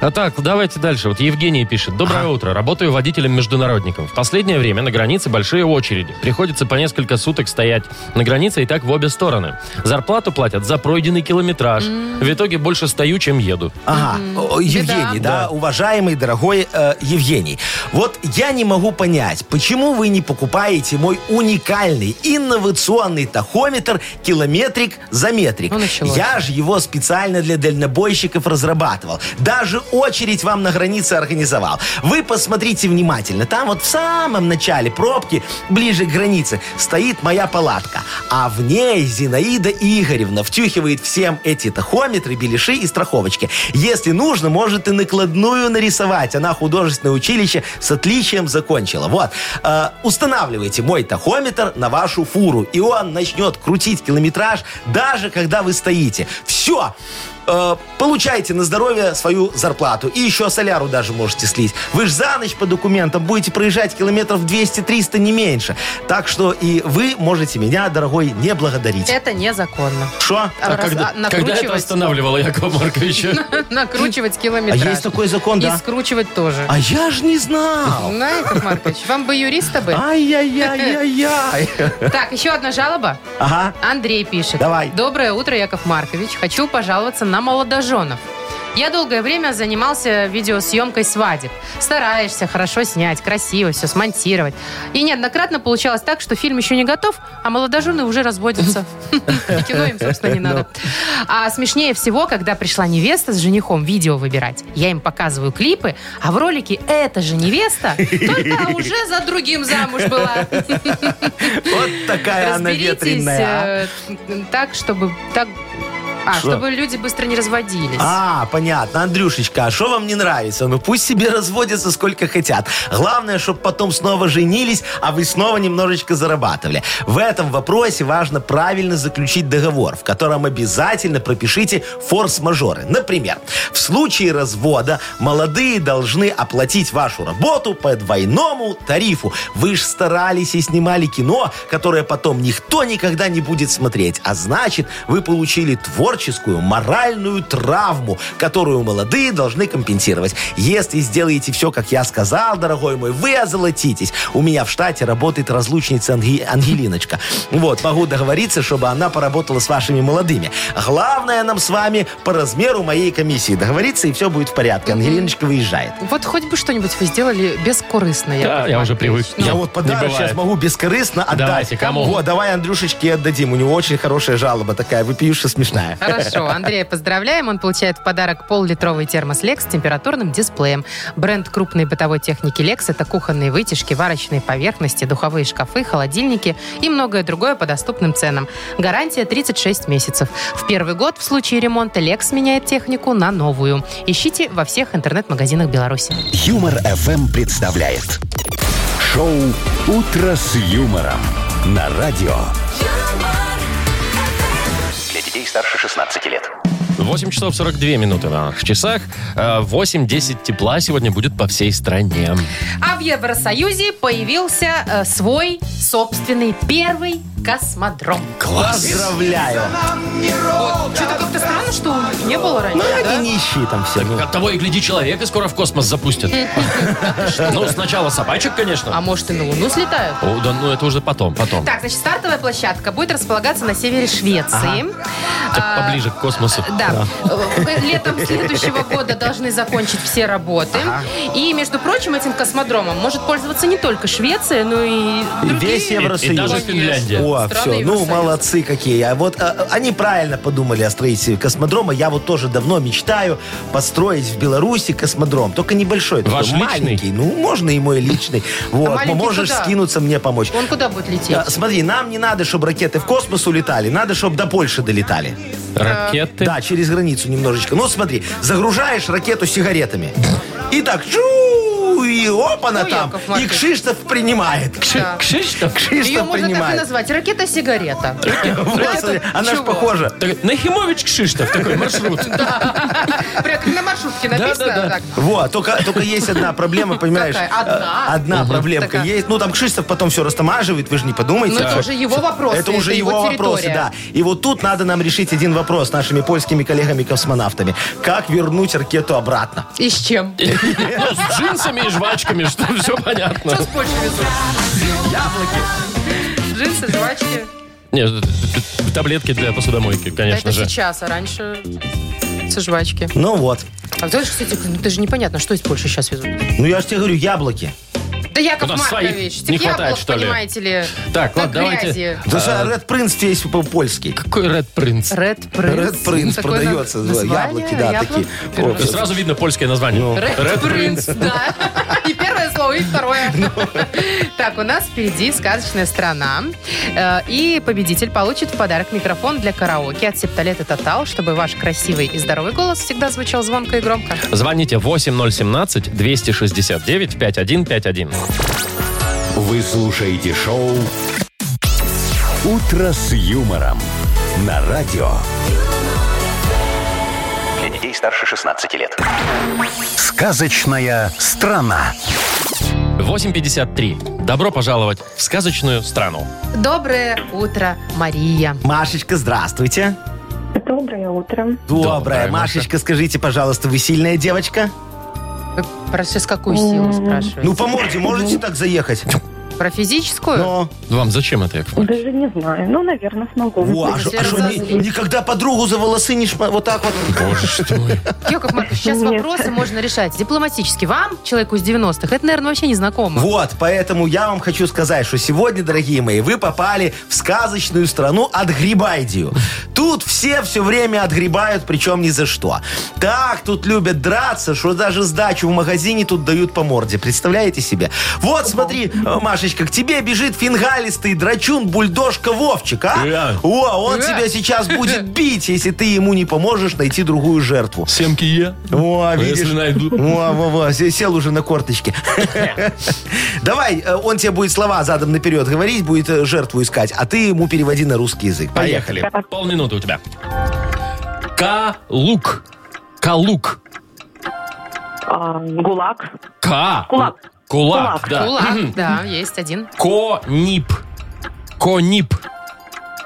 Speaker 2: А так, давайте дальше. Вот Евгений пишет. Доброе утро. Работаю водителем-международником. В последнее время на границе большие очереди. Приходится по несколько суток стоять на границе и так в обе стороны. Зарплату платят за пройденный километраж. В итоге больше стою, чем еду.
Speaker 4: Ага, О, Евгений, да, уважаемый, дорогой э, Евгений. Вот я не могу понять, почему вы не покупаете мой уникальный инновационный тахометр километрик за метрик.
Speaker 3: Ну, началось.
Speaker 4: Я же его специально для дальнобойщиков разрабатывал. Даже очередь вам на границе организовал. Вы посмотрите внимательно. Там вот в самом начале пробки, ближе к границе, стоит моя палатка. А в ней Зинаида Игоревна втюхивает всем эти тахометры, беляши и страховочки. Если нужно, может и накладную нарисовать. Она художественное училище с отличием закончила. Вот. Э, устанавливайте мой тахометр на вашу фуру. И он начнет крутить километраж, даже когда вы стоите. Все. Э, получайте на здоровье свою зарплату. И еще соляру даже можете слить. Вы же за ночь по документам будете проезжать километров 200-300, не меньше. Так что и вы можете меня, дорогой, не благодарить.
Speaker 3: Это незаконно.
Speaker 4: Что?
Speaker 3: А раз- а
Speaker 2: Когда
Speaker 3: накручивать-
Speaker 2: это останавливало Якова Марковича?
Speaker 3: Накручивать
Speaker 4: А
Speaker 3: километраж.
Speaker 4: есть такой закон,
Speaker 3: И
Speaker 4: да?
Speaker 3: скручивать тоже.
Speaker 4: А я ж не знал.
Speaker 3: На, Яков Маркович, вам бы юриста бы.
Speaker 4: Ай-яй-яй-яй-яй.
Speaker 3: Так, еще одна жалоба.
Speaker 4: Ага.
Speaker 3: Андрей пишет.
Speaker 4: Давай.
Speaker 3: Доброе утро, Яков Маркович. Хочу пожаловаться на молодоженов. Я долгое время занимался видеосъемкой свадеб. Стараешься хорошо снять, красиво все смонтировать. И неоднократно получалось так, что фильм еще не готов, а молодожены уже разводятся. И кино им, собственно, не надо. А смешнее всего, когда пришла невеста с женихом видео выбирать. Я им показываю клипы, а в ролике эта же невеста только уже за другим замуж была.
Speaker 4: Вот такая она
Speaker 3: Разберитесь
Speaker 4: ветреная. а.
Speaker 3: э, так, чтобы так, а,
Speaker 4: Что?
Speaker 3: чтобы люди быстро не разводились.
Speaker 4: А, понятно. Андрюшечка, а что вам не нравится? Ну пусть себе разводятся сколько хотят. Главное, чтобы потом снова женились, а вы снова немножечко зарабатывали. В этом вопросе важно правильно заключить договор, в котором обязательно пропишите форс-мажоры. Например, в случае развода молодые должны оплатить вашу работу по двойному тарифу. Вы ж старались и снимали кино, которое потом никто никогда не будет смотреть. А значит, вы получили творческую, моральную травму, которую молодые должны компенсировать. Если сделаете все, как я сказал, дорогой мой, вы озолотитесь. У меня в штате работает разлучница Анги- Ангелиночка. Вот, могу договориться, чтобы она поработала с вашими молодыми. Главное нам с вами по размеру моей комиссии договориться, и все будет в порядке. Ангелиночка выезжает.
Speaker 3: Вот хоть бы что-нибудь вы сделали бескорыстно.
Speaker 2: Да,
Speaker 3: Яков
Speaker 2: я уже привык.
Speaker 3: Маркович. Ну,
Speaker 4: Я
Speaker 2: Не-
Speaker 4: вот
Speaker 2: не
Speaker 4: подарок
Speaker 2: бывает.
Speaker 4: сейчас могу бескорыстно отдать.
Speaker 2: Давайте, кому?
Speaker 4: Вот, давай Андрюшечке отдадим. У него очень хорошая жалоба такая, выпиюша смешная.
Speaker 3: Хорошо, Андрея поздравляем. Он получает в подарок пол-литровый термос «Лекс» с температурным дисплеем. Бренд крупной бытовой техники «Лекс» — это кухонные вытяжки, варочные поверхности, духовые шкафы, холодильники и многое другое по доступным ценам. Гарантия 36 месяцев. В первый год в случае ремонта «Лекс» меняет технику на новую. Ищите во всех интернет-магазинах Беларуси.
Speaker 1: Юмор FM представляет шоу Утро с юмором на радио.
Speaker 5: Для детей старше 16 лет.
Speaker 2: 8 часов 42 минуты на наших часах. Э, 8-10 тепла сегодня будет по всей стране.
Speaker 3: А в Евросоюзе появился э, свой собственный первый космодром.
Speaker 4: Поздравляю.
Speaker 3: Что-то как-то странно странно, что у них не было раньше,
Speaker 4: Ну, они
Speaker 3: да?
Speaker 4: нищие там все. ну.
Speaker 2: От того и гляди, человека скоро в космос запустят. Ну, сначала собачек,
Speaker 3: А
Speaker 2: конечно.
Speaker 3: может и на Луну слетают?
Speaker 2: О, да, ну это уже потом, потом.
Speaker 3: Так, значит, стартовая площадка будет располагаться на севере Швеции.
Speaker 2: Так, поближе к космосу.
Speaker 3: Да. Э, Летом следующего года должны закончить все работы. И, между прочим, этим космодромом может пользоваться не только Швеция, но и другие.
Speaker 4: Весь
Speaker 2: И- И,
Speaker 4: Евросоюз.
Speaker 2: даже Финляндия.
Speaker 4: О,
Speaker 3: Страны
Speaker 4: все, ну
Speaker 3: Евросоюза.
Speaker 4: молодцы какие. А вот а, а, они правильно подумали о строительстве космодрома. Я вот тоже давно мечтаю построить в Беларуси космодром. Только небольшой, такой
Speaker 2: Ваш личный?
Speaker 4: маленький. Ну, можно и мой личный. Вот,
Speaker 3: А маленький
Speaker 4: можешь
Speaker 3: куда?
Speaker 4: скинуться мне помочь.
Speaker 3: Он куда будет лететь?
Speaker 4: А, Смотри, нам не надо, чтобы ракеты в космос улетали, надо, чтобы до Польши долетали.
Speaker 2: Ракеты.
Speaker 4: Да, через границу немножечко. Ну, смотри, загружаешь ракету сигаретами. И так, чу, и опа она
Speaker 3: Ну,
Speaker 4: там.
Speaker 3: Яков
Speaker 4: и
Speaker 3: Маркович.
Speaker 4: Кшиштов принимает.
Speaker 3: Да.
Speaker 2: Кшиштов?
Speaker 3: Ее можно
Speaker 4: Кшиштов
Speaker 3: так и
Speaker 4: принимает.
Speaker 3: назвать. Ракета-сигарета.
Speaker 4: Вот, смотри, она же
Speaker 3: Чего?
Speaker 4: похожа.
Speaker 2: Так, Нахимович Кшиштов, такой маршрут.
Speaker 3: Прям как на маршрутке написано.
Speaker 2: Да-да-да.
Speaker 3: так.
Speaker 4: Вот, только, только есть одна проблема, понимаешь?
Speaker 3: Какая? Одна?
Speaker 4: Э, Одна проблемка
Speaker 3: Такая.
Speaker 4: есть. Ну, там Кшиштов потом все растамаживает, вы же не подумайте.
Speaker 3: Ну, это
Speaker 4: Так.
Speaker 3: уже его вопрос,
Speaker 4: Это
Speaker 3: это
Speaker 4: уже
Speaker 3: его
Speaker 4: его, вопросы,
Speaker 3: территория.
Speaker 4: да. И вот тут надо нам решить один вопрос с нашими польскими коллегами-космонавтами. Как вернуть ракету обратно?
Speaker 3: И с чем?
Speaker 2: Ну, С джинсами и жвачками, что все понятно.
Speaker 3: Что с Польши везут? Яблоки. Джинсы, жвачки.
Speaker 2: Нет, таблетки для посудомойки, конечно
Speaker 3: Это
Speaker 2: же.
Speaker 3: сейчас, а раньше со жвачки.
Speaker 4: Ну вот.
Speaker 3: А вот, знаешь, кстати, ну, даже непонятно, что из Польши сейчас везут.
Speaker 4: Ну, я же тебе говорю, яблоки.
Speaker 3: Да Яков
Speaker 2: У нас
Speaker 3: Маркович,
Speaker 2: своих
Speaker 3: так
Speaker 2: не хватает,
Speaker 3: яблок,
Speaker 2: что ли?
Speaker 3: понимаете ли.
Speaker 2: Так,
Speaker 3: как
Speaker 2: ладно, давайте.
Speaker 3: грязи.
Speaker 4: Да что, а Red Prince весь по-польски.
Speaker 2: Какой Red Prince?
Speaker 3: Red Prince.
Speaker 4: Red Prince
Speaker 3: Такое
Speaker 4: продается.
Speaker 3: на- название,
Speaker 4: Яблоки, да,
Speaker 3: яблок.
Speaker 4: такие.
Speaker 3: Первое
Speaker 4: О,
Speaker 2: Да Сразу видно польское название.
Speaker 3: Red, Prince, да. И первое слово, и второе. Так, у нас впереди сказочная страна. Э, И победитель получит в подарок микрофон для караоке от Септолета Тотал, чтобы ваш красивый и здоровый голос всегда звучал звонко и громко.
Speaker 2: Звоните 8017-269-5151.
Speaker 1: Вы слушаете шоу «Утро с юмором» на радио.
Speaker 5: Для детей старше 16 лет.
Speaker 1: Сказочная страна.
Speaker 2: 8.53. Добро пожаловать в сказочную страну.
Speaker 3: Доброе утро, Мария.
Speaker 4: Машечка, здравствуйте.
Speaker 7: Доброе утро.
Speaker 4: Доброе.
Speaker 2: Доброе,
Speaker 4: Машечка, скажите, пожалуйста, вы сильная девочка?
Speaker 3: Вы Э, про с какую силу спрашиваете?
Speaker 4: Ну, по морде можете так заехать?
Speaker 3: Про физическую?
Speaker 4: Но.
Speaker 2: Вам зачем это, Яков Маркович?
Speaker 7: Даже не знаю. Ну, наверное, смогу.
Speaker 4: Во, а
Speaker 3: Если
Speaker 4: шо- а шо,
Speaker 3: раз-
Speaker 4: ни- никогда подругу за волосы не шма... Вот так вот.
Speaker 2: Боже ж ты мой.
Speaker 3: Яков Маркович, сейчас
Speaker 7: Нет.
Speaker 3: вопросы можно решать дипломатически. Вам, человеку из 90-х, это, наверное, вообще не знакомо.
Speaker 4: Вот, поэтому я вам хочу сказать, что сегодня, дорогие мои, вы попали в сказочную страну Адгрибайдию. Тут все все время отгребают, причем ни за что. Так тут любят драться, что даже сдачу в магазине тут дают по морде. Представляете себе? Вот, смотри, э, Машечка, к тебе бежит фингалистый драчун бульдожка Вовчик,
Speaker 2: Э.
Speaker 4: а? О, он
Speaker 3: Э.
Speaker 4: тебя сейчас будет бить, если ты ему не поможешь найти другую жертву.
Speaker 2: Семки Е.
Speaker 4: О, видишь?
Speaker 2: Если найду.
Speaker 4: Во, во, во, се- сел уже на корточке. Давай, э, он тебе будет слова задом наперед говорить, будет э, жертву искать, а ты ему переводи на русский язык.
Speaker 2: Поехали. Полминуты у тебя. Калук. Калук.
Speaker 7: А, гулаг.
Speaker 2: Ка.
Speaker 7: Кулак.
Speaker 2: Кулак,
Speaker 7: Кулак.
Speaker 2: да.
Speaker 3: Кулак, Ну да, есть один.
Speaker 2: Конип. Конип.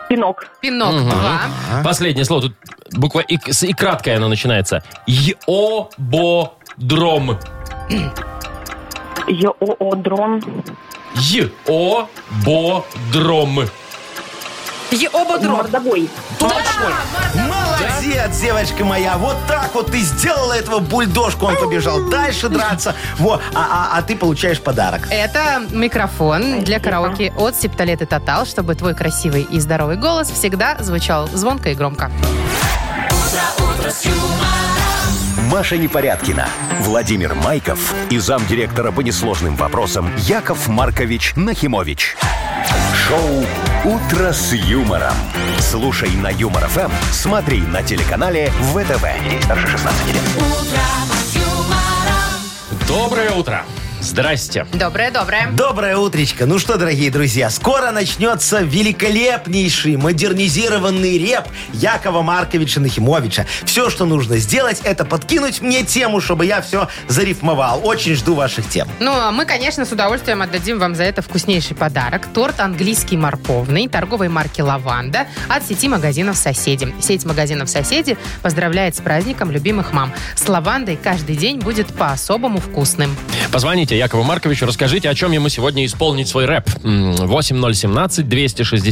Speaker 7: Пинок.
Speaker 3: Пинок, два.
Speaker 2: Последнее слово. Тут буква и, с и краткая она начинается. Йободром.
Speaker 7: ЕОО дрон.
Speaker 2: Йободром.
Speaker 3: Еободром.
Speaker 7: Мордовой.
Speaker 4: Молодец, девочка моя. Вот так вот ты сделала этого бульдожку. Он побежал дальше драться. Во, а, а- а ты получаешь подарок.
Speaker 3: Это микрофон для караоке от Септолеты Тотал, чтобы твой красивый и здоровый голос всегда звучал звонко и громко.
Speaker 1: Маша Непорядкина, Владимир Майков и замдиректора по несложным вопросам Яков Маркович Нахимович. Шоу «Утро с юмором». Слушай на Юмор ФМ, смотри на телеканале ВТВ. Здесь старше 16 лет.
Speaker 2: Доброе утро. Здрасте.
Speaker 3: Доброе, доброе.
Speaker 4: Доброе утречко. Ну что, дорогие друзья, скоро начнется великолепнейший модернизированный реп Якова Марковича Нахимовича. Все, что нужно сделать, это подкинуть мне тему, чтобы я все зарифмовал. Очень жду ваших тем.
Speaker 3: Ну, а мы, конечно, с удовольствием отдадим вам за это вкуснейший подарок. Торт английский морковный торговой марки «Лаванда» от сети магазинов «Соседи». Сеть магазинов «Соседи» поздравляет с праздником любимых мам. С лавандой каждый день будет по-особому вкусным.
Speaker 2: Позвоните Якову Марковичу, расскажите, о чем ему сегодня исполнить свой рэп. М,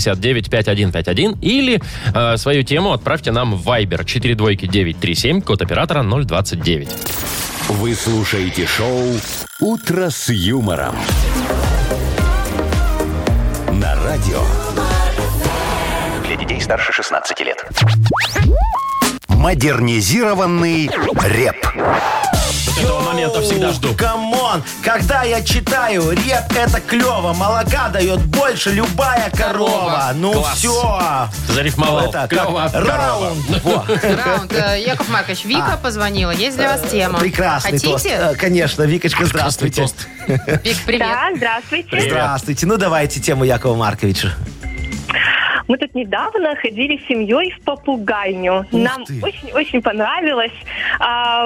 Speaker 2: 8017-269-5151 или э, свою тему отправьте нам в Viber 42937, код оператора 029.
Speaker 1: Вы слушаете шоу «Утро с юмором». На радио
Speaker 5: Для детей старше 16 лет.
Speaker 1: «Модернизированный реп».
Speaker 2: Этого момента всегда жду.
Speaker 4: Камон, когда я читаю, реп это клево, молока дает больше любая корова. Ну
Speaker 2: Класс.
Speaker 4: все.
Speaker 2: Зарифмовал.
Speaker 4: Это как
Speaker 2: Клёво, корова.
Speaker 4: раунд. Во.
Speaker 3: Раунд. Э, Яков Маркович, Вика позвонила. Есть для вас тема.
Speaker 4: Прекрасный тост.
Speaker 3: Хотите?
Speaker 4: Э, Конечно, Викочка, здравствуйте.
Speaker 2: М-м. тост.
Speaker 3: Вик, привет.
Speaker 7: Да, здравствуйте.
Speaker 4: Здравствуйте. Ну давайте тему Якова Марковича.
Speaker 7: Мы тут недавно ходили с семьей в попугайню. Нам
Speaker 4: ты.
Speaker 7: очень-очень понравилось. А,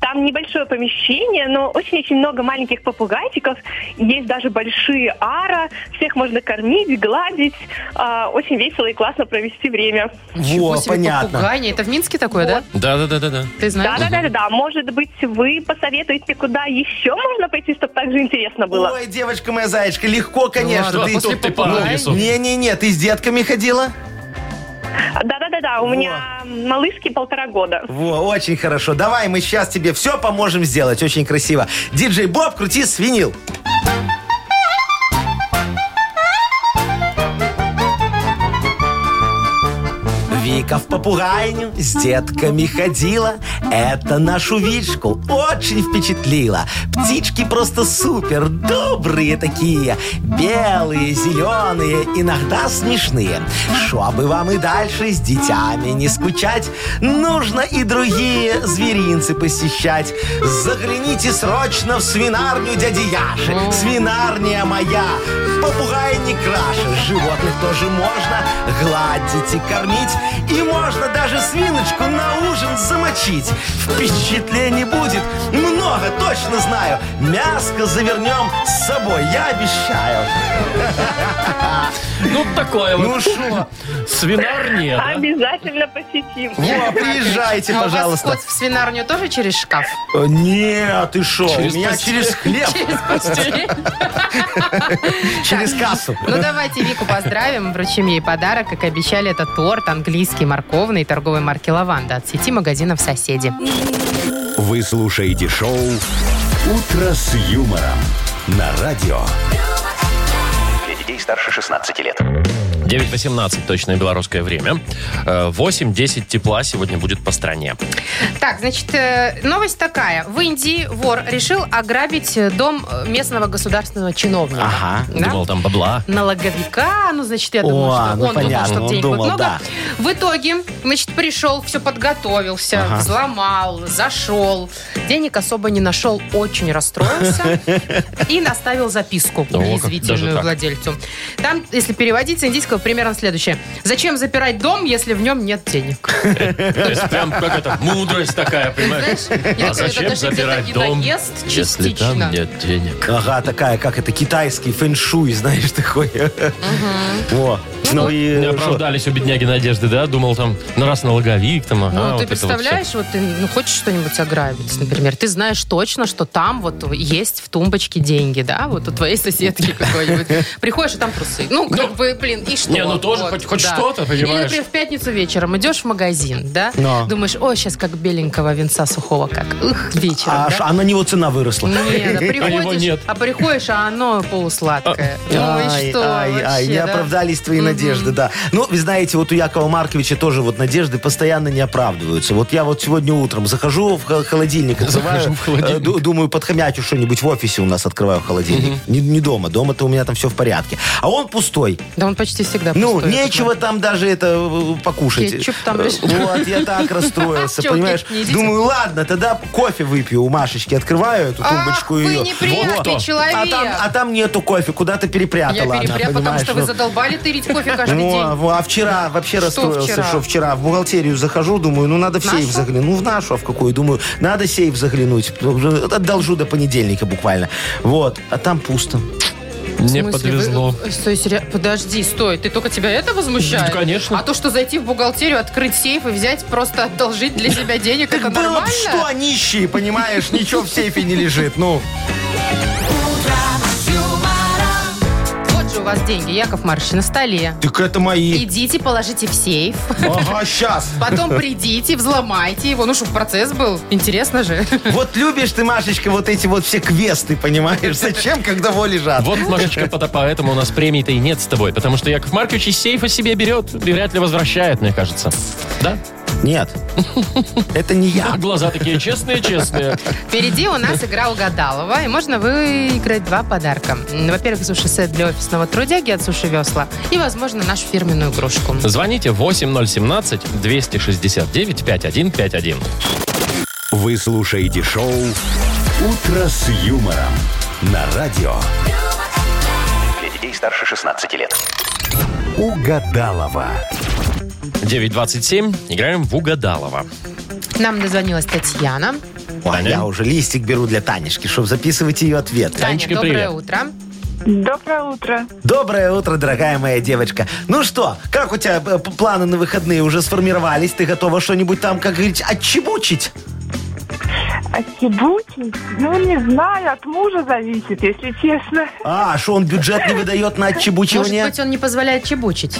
Speaker 7: там небольшое помещение, но очень-очень много маленьких попугайчиков. Есть даже большие ара. Всех можно кормить, гладить. А, очень весело и классно провести время.
Speaker 3: Ничего
Speaker 4: Во,
Speaker 3: себе,
Speaker 4: понятно.
Speaker 3: попугайня. Это в Минске такое, да?
Speaker 2: Да-да-да-да.
Speaker 3: Ты знаешь?
Speaker 7: Да-да-да-да. Может быть, вы посоветуете, куда еще можно пойти, чтобы так же интересно было?
Speaker 4: Ой, девочка моя зайчка, легко, конечно.
Speaker 2: Ну ладно,
Speaker 4: ты
Speaker 2: а после
Speaker 4: тут-
Speaker 2: попала в лесу.
Speaker 4: Не-не-не, ты с детками ходила?
Speaker 7: Да-да-да-да. У меня малышки полтора года.
Speaker 4: Во, очень хорошо. Давай мы сейчас тебе все поможем сделать. Очень красиво. Диджей Боб, крути свинил. Вика в попугайню с детками ходила. Это нашу Вичку очень впечатлило. Птички просто супер, добрые такие. Белые, зеленые, иногда смешные. Чтобы вам и дальше с детьми не скучать, нужно и другие зверинцы посещать. Загляните срочно в свинарню дяди Яши. Свинарня моя, попугай не краше. Животных тоже можно гладить и кормить. И можно даже свиночку на ужин замочить. Впечатлений будет много, точно знаю. Мяско завернем с собой, я обещаю.
Speaker 2: Ну, такое
Speaker 4: Ну
Speaker 2: вот.
Speaker 4: что?
Speaker 2: Свинарня, да?
Speaker 7: Обязательно посетим.
Speaker 4: Во, приезжайте,
Speaker 3: А у вас
Speaker 4: пожалуйста.
Speaker 3: вход в свинарню тоже через шкаф?
Speaker 4: Э, Нет, ты шо?
Speaker 2: Через
Speaker 4: У меня
Speaker 2: постель.
Speaker 4: через хлеб,
Speaker 3: Через постель?
Speaker 4: через кассу.
Speaker 3: Ну, давайте Вику поздравим, вручим ей подарок. Как обещали, это торт английский морковный торговой марки «Лаванда» от сети магазинов «Соседи».
Speaker 1: Вы слушаете шоу «Утро с юмором» на радио.
Speaker 5: Для детей старше 16 лет.
Speaker 2: 9.18 точное белорусское время. Э, 8-10 тепла сегодня будет по стране.
Speaker 3: Так, значит, э, новость такая. В Индии вор решил ограбить э, дом э, местного государственного чиновника.
Speaker 4: Ага.
Speaker 3: Да?
Speaker 2: Думал, там бабла.
Speaker 3: налоговика, ну, значит, я думаю,
Speaker 4: О,
Speaker 3: что
Speaker 4: ну,
Speaker 3: он думал,
Speaker 4: понятно,
Speaker 3: что
Speaker 4: он
Speaker 3: денег
Speaker 4: думал,
Speaker 3: будет много.
Speaker 4: да.
Speaker 3: В итоге, значит, пришел, все подготовился, взломал, зашел. Денег особо не нашел, очень расстроился и наставил записку
Speaker 2: Да, о, как, даже
Speaker 3: неизвестительную
Speaker 2: так.
Speaker 3: владельцу. Там, если переводить с индийского, примерно следующее. Зачем запирать дом, если в нем нет денег?
Speaker 2: То есть прям как это, мудрость такая, понимаешь?
Speaker 3: Знаешь, я
Speaker 2: а
Speaker 3: говорю, это
Speaker 2: зачем
Speaker 3: даже
Speaker 2: забирать
Speaker 3: где-то и
Speaker 2: дом,
Speaker 3: наезд
Speaker 2: если там
Speaker 3: частично.
Speaker 2: нет денег?
Speaker 4: Ага, такая, как это, китайский фэншуй, знаешь, такой. О, ну
Speaker 2: Не
Speaker 4: и что?
Speaker 2: оправдались у бедняги надежды, да? Думал, там, на раз налоговик, там, ага.
Speaker 3: Ну,
Speaker 2: А, вот
Speaker 3: ты
Speaker 2: это вот всё.
Speaker 3: представляешь, вот, ты ну, хочешь что-нибудь ограбить, например, ты знаешь точно, что там вот есть в тумбочке деньги, да, вот у твоей соседки какой-нибудь. Приходишь, и там трусы. Ну, как бы, блин, и что?
Speaker 2: не, ну, тоже хоть- хоть что-то, понимаешь?
Speaker 3: Или, например, в пятницу вечером идешь в магазин, да,
Speaker 4: Но.
Speaker 3: думаешь, ой, сейчас как беленького венца сухого, как, Ух, вечером,
Speaker 4: А, ш-
Speaker 3: да? Ну,
Speaker 4: а на него цена выросла.
Speaker 3: Не, да,
Speaker 2: его
Speaker 3: приходишь,
Speaker 2: нет.
Speaker 3: а приходишь, а оно полусладкое. Ну и
Speaker 4: Ай,
Speaker 3: что
Speaker 4: ай, ай,
Speaker 3: вообще,
Speaker 4: не
Speaker 3: да?
Speaker 4: оправдались твои
Speaker 3: Мгм.
Speaker 4: надежды, да. Ну, вы знаете, вот у Якова Марковича тоже вот надежды постоянно не оправдываются. Вот я вот сегодня утром захожу в хо- холодильник,
Speaker 2: Захожу
Speaker 4: открываю,
Speaker 2: в холодильник.
Speaker 4: э, ду- думаю, подхомячу что-нибудь в офисе у нас, открываю холодильник. Не, не дома, дома-то у меня там все в порядке. А он пустой.
Speaker 3: Да он почти всегда
Speaker 4: Ну,
Speaker 3: пустой,
Speaker 4: нечего
Speaker 3: Яков
Speaker 4: там даже это э, покушать.
Speaker 3: Кетчуп там
Speaker 4: Э,
Speaker 3: лежит.
Speaker 4: Вот, я так расстроился,
Speaker 3: Чё,
Speaker 4: понимаешь?
Speaker 3: не едите?
Speaker 4: Думаю, ладно, тогда кофе выпью у Машечки. Открываю эту
Speaker 3: Ах,
Speaker 4: тумбочку
Speaker 3: вы
Speaker 4: ее.
Speaker 3: неприятный
Speaker 4: Вот.
Speaker 3: человек.
Speaker 4: А там, а там нету кофе, куда-то
Speaker 3: Маркович.
Speaker 4: перепрятала
Speaker 3: Я
Speaker 4: она,
Speaker 3: перепря, потому
Speaker 4: понимаешь?
Speaker 3: что вы
Speaker 4: Ну,
Speaker 3: задолбали тырить кофе каждый
Speaker 2: Ну,
Speaker 4: во,
Speaker 3: день.
Speaker 4: во, а вчера вообще
Speaker 3: Что
Speaker 4: расстроился,
Speaker 3: вчера?
Speaker 4: что вчера в бухгалтерию захожу, думаю, ну надо в
Speaker 3: Нашу?
Speaker 4: сейф заглянуть. Ну, в нашу, а в какую? Думаю, надо сейф заглянуть. Одолжу до понедельника буквально. Вот, а там пусто.
Speaker 2: Мне
Speaker 3: В смысле,
Speaker 2: подвезло.
Speaker 3: вы- э, Стой, серьё- подожди, стой. Ты только тебя это возмущает?
Speaker 2: Да, конечно.
Speaker 3: А то, что зайти в бухгалтерию, открыть сейф и взять, просто одолжить для себя денег, это
Speaker 4: Было
Speaker 3: а нормально?
Speaker 4: бы что, нищие, понимаешь, ничего в сейфе не лежит. Ну,
Speaker 3: Вот же у вас деньги, Яков Марш, на столе.
Speaker 4: так это мои.
Speaker 3: Идите, положите в сейф.
Speaker 4: Ага, сейчас.
Speaker 3: Потом придите, взломайте его. Ну, чтобы процесс был. Интересно же.
Speaker 4: Вот любишь ты, Машечка, вот эти вот все квесты, понимаешь? Зачем, когда во лежат?
Speaker 2: Вот, Машечка, пота- поэтому у нас премии-то и нет с тобой, потому что Яков Маркович из сейфа себе берет и вряд ли возвращает, мне кажется. Да?
Speaker 4: Нет. Это не
Speaker 2: А
Speaker 4: я.
Speaker 2: глаза такие честные-честные.
Speaker 3: Впереди у нас игра угадалова, и можно выиграть два подарка. М, Во-первых, суши-сет для офисного трудяги от Суши Весла и, возможно, нашу фирменную игрушку.
Speaker 2: Звоните 8017-269-5151.
Speaker 1: Вы слушаете шоу «Утро с юмором» на радио
Speaker 5: Для детей старше 16 лет.
Speaker 1: «Угадалова».
Speaker 2: 927. Играем в Угадалова.
Speaker 3: Нам дозвонилась Татьяна.
Speaker 4: Ой,
Speaker 2: Таня?
Speaker 4: А я уже листик беру для Танечки, чтобы записывать ее ответ.
Speaker 2: Танечка,
Speaker 3: Таня, доброе
Speaker 2: привет.
Speaker 3: утро.
Speaker 7: Доброе утро.
Speaker 4: Доброе утро, дорогая моя девочка. Ну что, как у тебя э, п- планы на выходные уже сформировались? Ты готова что-нибудь там, как говорить, отчебучить?
Speaker 7: Отсебутить? Ну, не знаю, от мужа зависит, если честно.
Speaker 4: А, что он бюджет не выдает на
Speaker 3: Может
Speaker 4: отчебучивание?
Speaker 3: быть, он не позволяет чебучить.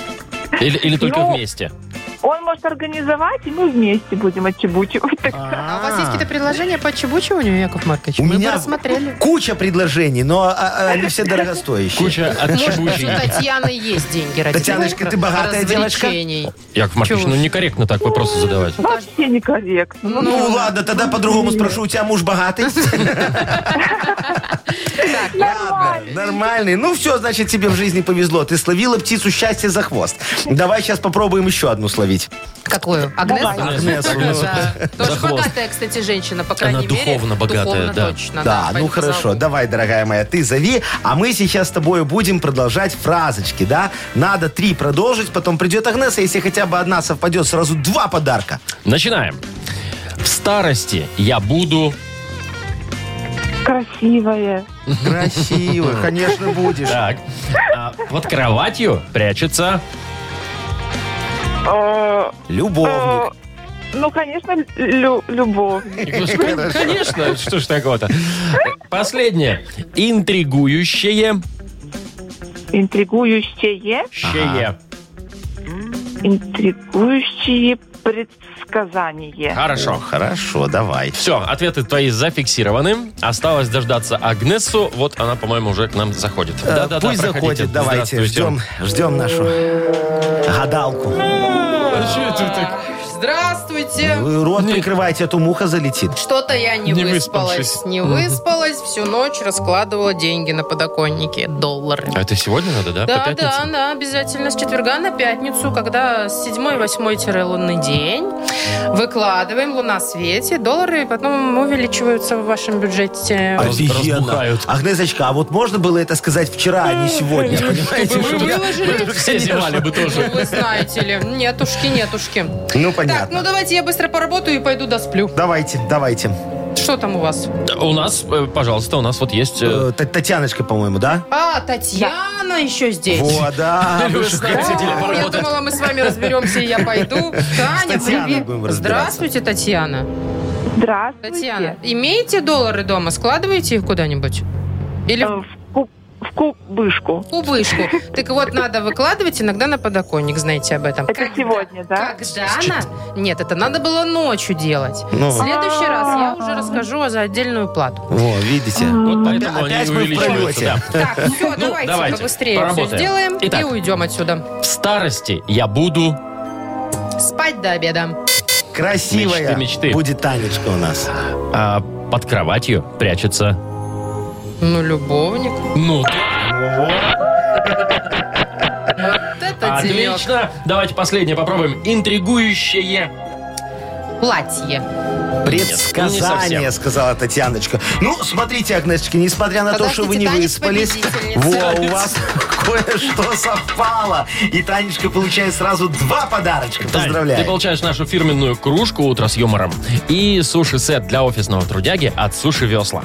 Speaker 2: Или, или только
Speaker 7: Ну.
Speaker 2: вместе.
Speaker 7: Он может организовать, и мы вместе будем отчебучивать. Так,
Speaker 3: А, у вас есть какие-то предложения по чебучиванию, Яков Маркович?
Speaker 4: У
Speaker 3: Мы
Speaker 4: меня
Speaker 3: бы рассмотрели.
Speaker 4: куча предложений, но а, а, они все дорогостоящие.
Speaker 2: Куча
Speaker 3: Может быть, у
Speaker 2: отчебучей.
Speaker 3: Татьяны есть деньги ради
Speaker 4: Татьяночка, ты богатая девочка?
Speaker 3: развлечений.
Speaker 2: Яков Маркович, ну некорректно так вопросы задавать.
Speaker 7: вообще некорректно. Ну,
Speaker 4: Ну ладно, тогда по-другому спрошу, у тебя муж богатый? Ладно, нормальный. Ну все, значит, тебе в жизни повезло. Ты словила птицу счастья за хвост. Давай сейчас попробуем еще одну словить.
Speaker 3: Какую? Агнесу?
Speaker 4: Агнесу.
Speaker 2: Агнесу.
Speaker 3: Да.
Speaker 2: ну, За
Speaker 3: Тоже
Speaker 2: хвост.
Speaker 3: богатая, кстати, женщина, по крайней
Speaker 2: Она
Speaker 3: мере.
Speaker 2: духовно богатая,
Speaker 3: Духовно
Speaker 2: да.
Speaker 3: точно.
Speaker 4: Да,
Speaker 3: пойду
Speaker 4: ну хорошо,
Speaker 3: позову.
Speaker 4: давай, дорогая моя, ты зови, а мы сейчас с тобой будем продолжать фразочки, да? Надо три продолжить, потом придет Агнеса, если хотя бы одна совпадет, сразу два подарка.
Speaker 2: Начинаем. В старости я буду...
Speaker 7: красивое.
Speaker 4: Красиво, конечно, будешь.
Speaker 2: Так. А, под кроватью прячется...
Speaker 7: Э,
Speaker 4: Любовник.
Speaker 7: э, Ну, конечно, лю- любовь.
Speaker 2: Конечно, что ж такого-то. Последнее. Интригующее...
Speaker 7: Интригующее,
Speaker 2: Щее.
Speaker 7: интригующие предсказания.
Speaker 2: Хорошо.
Speaker 4: Хорошо, давай.
Speaker 2: Все, ответы твои зафиксированы. Осталось дождаться Агнесу. Вот она, по-моему, уже к нам заходит.
Speaker 4: Э,
Speaker 2: Да-да-да,
Speaker 4: Пусть
Speaker 2: проходите.
Speaker 4: заходит,
Speaker 2: Здравствуйте.
Speaker 4: давайте, ждем, ждем нашу гадалку.
Speaker 2: А Ну,
Speaker 3: Здравствуйте.
Speaker 4: Вы рот прикрывайте, а то муха залетит.
Speaker 3: Что-то я не,
Speaker 2: Не
Speaker 3: выспалась.
Speaker 2: выспавшись.
Speaker 3: Не выспалась. Всю ночь раскладывала деньги на подоконнике. Доллары.
Speaker 2: А это сегодня надо, да? По
Speaker 3: Да,
Speaker 2: пятницам?
Speaker 3: да, да, обязательно с четверга на пятницу, когда с 7 8 тире лунный день. Выкладываем, луна светит, доллары потом увеличиваются в вашем бюджете.
Speaker 2: Раз- разбухают.
Speaker 4: Агнесочка, а вот можно было это сказать вчера, а
Speaker 3: Э,
Speaker 4: не сегодня, понимаете?
Speaker 2: Чтобы
Speaker 4: чтобы-
Speaker 3: выложили?
Speaker 2: Все зевали бы тоже.
Speaker 3: Ну, вы знаете ли, нетушки, нетушки.
Speaker 4: Ну,
Speaker 3: Так, ну
Speaker 4: понятно.
Speaker 3: давайте я быстро поработаю и пойду досплю.
Speaker 4: Давайте, давайте.
Speaker 3: Что там у вас?
Speaker 2: Да, У нас, э, пожалуйста, у нас вот есть... э,
Speaker 4: Э, Та- Татьяночка, по-моему, да?
Speaker 3: А, Татьяна еще здесь.
Speaker 4: Во, да.
Speaker 2: Или
Speaker 4: вы
Speaker 2: вы
Speaker 4: ж-
Speaker 2: знаете, сидели
Speaker 3: О, Я
Speaker 2: поработать.
Speaker 3: думала, мы с вами разберемся, и я пойду. Таня,
Speaker 4: Татьяной
Speaker 3: привет.
Speaker 4: будем разбираться.
Speaker 3: Здравствуйте, Татьяна.
Speaker 7: Здравствуйте.
Speaker 3: Татьяна, имеете доллары дома? Складываете их куда-нибудь? Или
Speaker 7: Э, В, ку- в кубышку.
Speaker 3: Кубышку. Так вот, надо выкладывать иногда на подоконник, знаете об этом.
Speaker 7: Это сегодня, да?
Speaker 3: Когда она? Нет, это надо было ночью делать.
Speaker 4: Ну.
Speaker 3: В следующий раз я
Speaker 7: А.
Speaker 3: уже расскажу за отдельную плату.
Speaker 4: Во, видите?
Speaker 2: Вот поэтому
Speaker 4: Опять
Speaker 2: они
Speaker 4: мы в
Speaker 2: увеличиваются.
Speaker 4: пролете.
Speaker 2: да.
Speaker 3: Так, все,
Speaker 2: Ну,
Speaker 3: давайте
Speaker 2: давайте,
Speaker 3: побыстрее все
Speaker 2: поработаем.
Speaker 3: сделаем и
Speaker 2: Итак.
Speaker 3: уйдем отсюда.
Speaker 2: В старости я буду...
Speaker 3: Спать до обеда.
Speaker 4: Красивая
Speaker 2: Мечты, мечты.
Speaker 4: будет Танечка у нас.
Speaker 2: а, под кроватью прячется...
Speaker 3: Ну, любовник.
Speaker 2: Ну, ты-
Speaker 3: Вот это денек.
Speaker 2: отлично. Давайте последнее попробуем. Интригующее.
Speaker 3: Платье.
Speaker 2: Нет, ну, не
Speaker 4: Предсказание,
Speaker 2: совсем.
Speaker 4: сказала Татьяночка. Ну, смотрите, Агнесочка, несмотря на то,
Speaker 3: Подождите,
Speaker 4: что вы не
Speaker 3: Танец
Speaker 4: выспались,
Speaker 3: победительница.
Speaker 4: во, у вас кое-что совпало. И Танечка получает сразу два подарочка.
Speaker 2: Тань, Ты
Speaker 4: Поздравляю.
Speaker 2: получаешь нашу фирменную кружку «Утро с юмором» и суши-сет для офисного трудяги от «Суши Весла».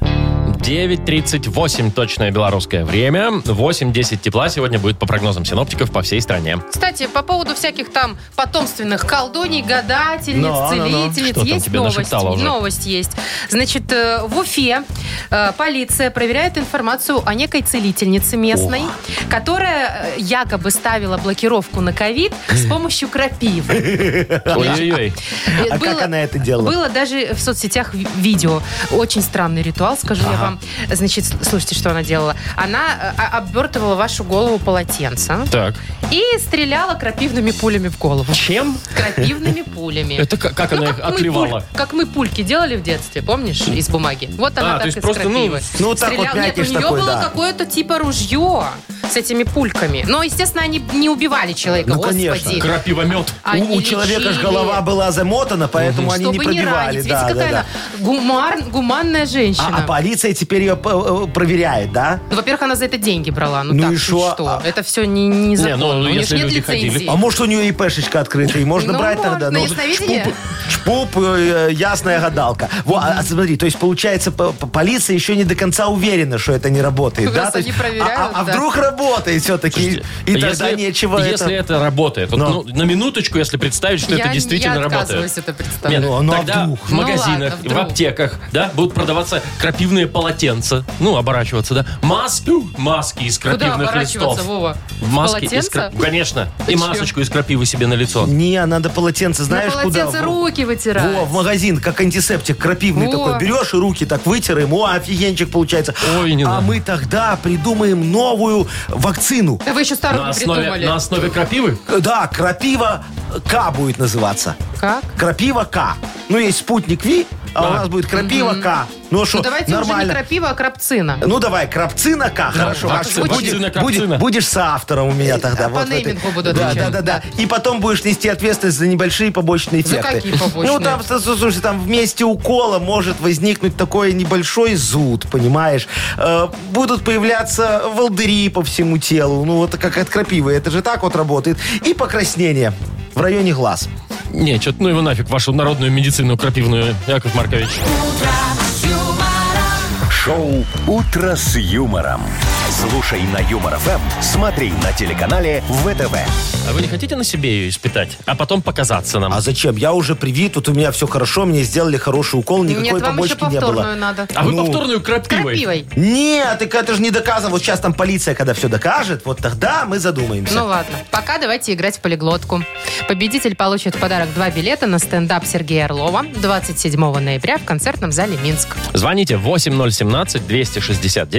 Speaker 2: 9.38 точное белорусское время. 8.10 тепла сегодня будет по прогнозам синоптиков по всей стране.
Speaker 3: Кстати, по поводу всяких там потомственных колдуний, гадательниц,
Speaker 4: Ну, ну, ну.
Speaker 3: целительниц,
Speaker 2: Что там
Speaker 3: есть
Speaker 2: тебе
Speaker 3: новость.
Speaker 2: нашептала уже?
Speaker 3: Новость есть. Значит, э, в Уфе э, полиция проверяет информацию о некой целительнице местной, которая э, якобы ставила блокировку на ковид с помощью крапивы.
Speaker 2: Ой-ой-ой.
Speaker 3: Э,
Speaker 4: А как она это делала?
Speaker 3: Было даже в соцсетях ви- видео. Очень странный ритуал, скажу я вам. Значит, с- слушайте, что она делала. Она э, а- обвертывала вашу голову полотенцем
Speaker 2: Так.
Speaker 3: и стреляла крапивными пулями в голову.
Speaker 2: Чем?
Speaker 3: Крапивными пулями.
Speaker 2: Это как, Э, как
Speaker 3: Ну,
Speaker 2: она их
Speaker 3: мы
Speaker 2: отливала?
Speaker 3: пуль- как мы пульки делали в детстве, помнишь, из бумаги? Вот она
Speaker 2: А,
Speaker 3: так
Speaker 2: то есть
Speaker 3: из
Speaker 2: просто, ну,
Speaker 3: крапивы.
Speaker 4: ну, так вот
Speaker 3: Нет, у
Speaker 4: мякиш
Speaker 3: нее
Speaker 4: такой,
Speaker 3: было
Speaker 4: да.
Speaker 3: какое-то типа ружье с этими пульками. Но, естественно, они не убивали человека,
Speaker 4: Ну,
Speaker 3: господи.
Speaker 4: конечно.
Speaker 2: Крапивомет.
Speaker 3: Они
Speaker 4: У, у человека же
Speaker 3: лечили,
Speaker 4: голова была замотана, поэтому они
Speaker 3: А чтобы
Speaker 4: не пробивали.
Speaker 3: ранить.
Speaker 4: да,
Speaker 3: Видите,
Speaker 4: да,
Speaker 3: какая
Speaker 4: да.
Speaker 3: она гумар- гуманная женщина.
Speaker 4: А, а полиция теперь ее э, проверяет, да?
Speaker 3: Ну, во-первых, она за это деньги брала. Ну,
Speaker 4: Ну
Speaker 3: так,
Speaker 4: и шо? А-
Speaker 3: Это все не, не законно.
Speaker 2: ну,
Speaker 3: У них
Speaker 2: если
Speaker 3: нет
Speaker 2: люди
Speaker 3: лицензии.
Speaker 2: ходили.
Speaker 4: А может, у нее ИПшечка открыта, и можно
Speaker 3: Ну,
Speaker 4: брать тогда?
Speaker 3: можно,
Speaker 4: Ну,
Speaker 3: ясновидение.
Speaker 4: Шпуп, шпуп, э, ясная гадалка. Во, а, а смотри, то есть, получается, по- по- полиция еще не до конца уверена, что это не работает, да?
Speaker 3: Раз
Speaker 4: То есть,
Speaker 3: они проверяют,
Speaker 4: а- а- а
Speaker 3: да.
Speaker 4: вдруг работает все-таки, и тогда нечего
Speaker 2: а Если
Speaker 4: это...
Speaker 2: это, работает. Вот,
Speaker 4: Но.
Speaker 2: ну, на минуточку, если представить, что
Speaker 3: я,
Speaker 2: это действительно
Speaker 3: я
Speaker 2: работает.
Speaker 3: отказываюсь это
Speaker 2: Нет,
Speaker 3: представлять.
Speaker 4: Ну, а ну а
Speaker 2: тогда
Speaker 4: вдруг?
Speaker 2: в
Speaker 3: Э, Ну
Speaker 2: магазинах,
Speaker 3: ладно, вдруг.
Speaker 2: в аптеках, да, будут продаваться крапивные полотенца, ну, оборачиваться, да, маски, маски из
Speaker 3: Куда
Speaker 2: крапивных
Speaker 3: оборачиваться,
Speaker 2: листов.
Speaker 3: Вова? В
Speaker 2: Маски из
Speaker 3: полотенце?
Speaker 2: крапивы, конечно, и
Speaker 3: Зачем?
Speaker 2: масочку из крапивы себе на лицо.
Speaker 4: Не, надо полотенце, знаешь,
Speaker 3: На
Speaker 4: куда?
Speaker 3: полотенце руки вытирать.
Speaker 4: Во, в магазин, как антисептик, крапивный
Speaker 3: Во.
Speaker 4: такой. Берешь и руки так вытираем, о, офигенчик получается.
Speaker 2: Ой, не
Speaker 4: а
Speaker 2: надо.
Speaker 4: мы тогда придумаем новую вакцину.
Speaker 3: Да вы еще старую
Speaker 2: На
Speaker 3: не
Speaker 2: основе,
Speaker 3: придумали.
Speaker 2: на основе крапивы?
Speaker 4: Э, Да, крапива К будет называться.
Speaker 3: Как?
Speaker 4: Крапива К. Ну, есть спутник Ви, а, у нас будет крапива К. Ну, что,
Speaker 3: Ну, давайте уже не
Speaker 4: нормально.
Speaker 3: крапива, а крапцина.
Speaker 4: ну, давай, крапцина К, хорошо.
Speaker 2: вакцина,
Speaker 4: Будешь-
Speaker 2: вакцина,
Speaker 4: будешь-
Speaker 2: крапцина.
Speaker 4: будешь соавтором у меня тогда.
Speaker 3: Э, а По
Speaker 4: вот в этой.
Speaker 3: неймингу буду
Speaker 4: Да, да,
Speaker 3: отвечать.
Speaker 4: да, да. И потом будешь нести ответственность за небольшие побочные
Speaker 3: За
Speaker 4: эффекты.
Speaker 3: какие побочные?
Speaker 4: Ну, там, с- слушай, там вместе укола может возникнуть такой небольшой зуд, понимаешь? Э, будут появляться волдыри по всему телу. Ну, вот как от крапивы. Это же так вот работает. И покраснение в районе глаз.
Speaker 2: Не, что-то ну его нафиг, вашу народную медицину крапивную, Яков Маркович.
Speaker 1: Шоу «Утро с юмором». Слушай на Юмор ФМ, смотри на телеканале ВТВ.
Speaker 2: А вы не хотите на себе ее испытать, а потом показаться нам?
Speaker 4: А зачем? Я уже привит, тут у меня все хорошо, мне сделали хороший укол, никакой
Speaker 3: Нет, вам еще
Speaker 4: побочки не
Speaker 3: повторную
Speaker 4: было.
Speaker 3: надо.
Speaker 2: А вы
Speaker 4: ну,
Speaker 2: повторную крапивой.
Speaker 3: Крапивой.
Speaker 4: Нет, так это же не доказано. Вот сейчас там полиция, когда все докажет, вот тогда мы задумаемся.
Speaker 3: Ну ладно, пока давайте играть в полиглотку. Победитель получит в подарок два билета на стендап Сергея Орлова 27 ноября в концертном зале Минск.
Speaker 2: Звоните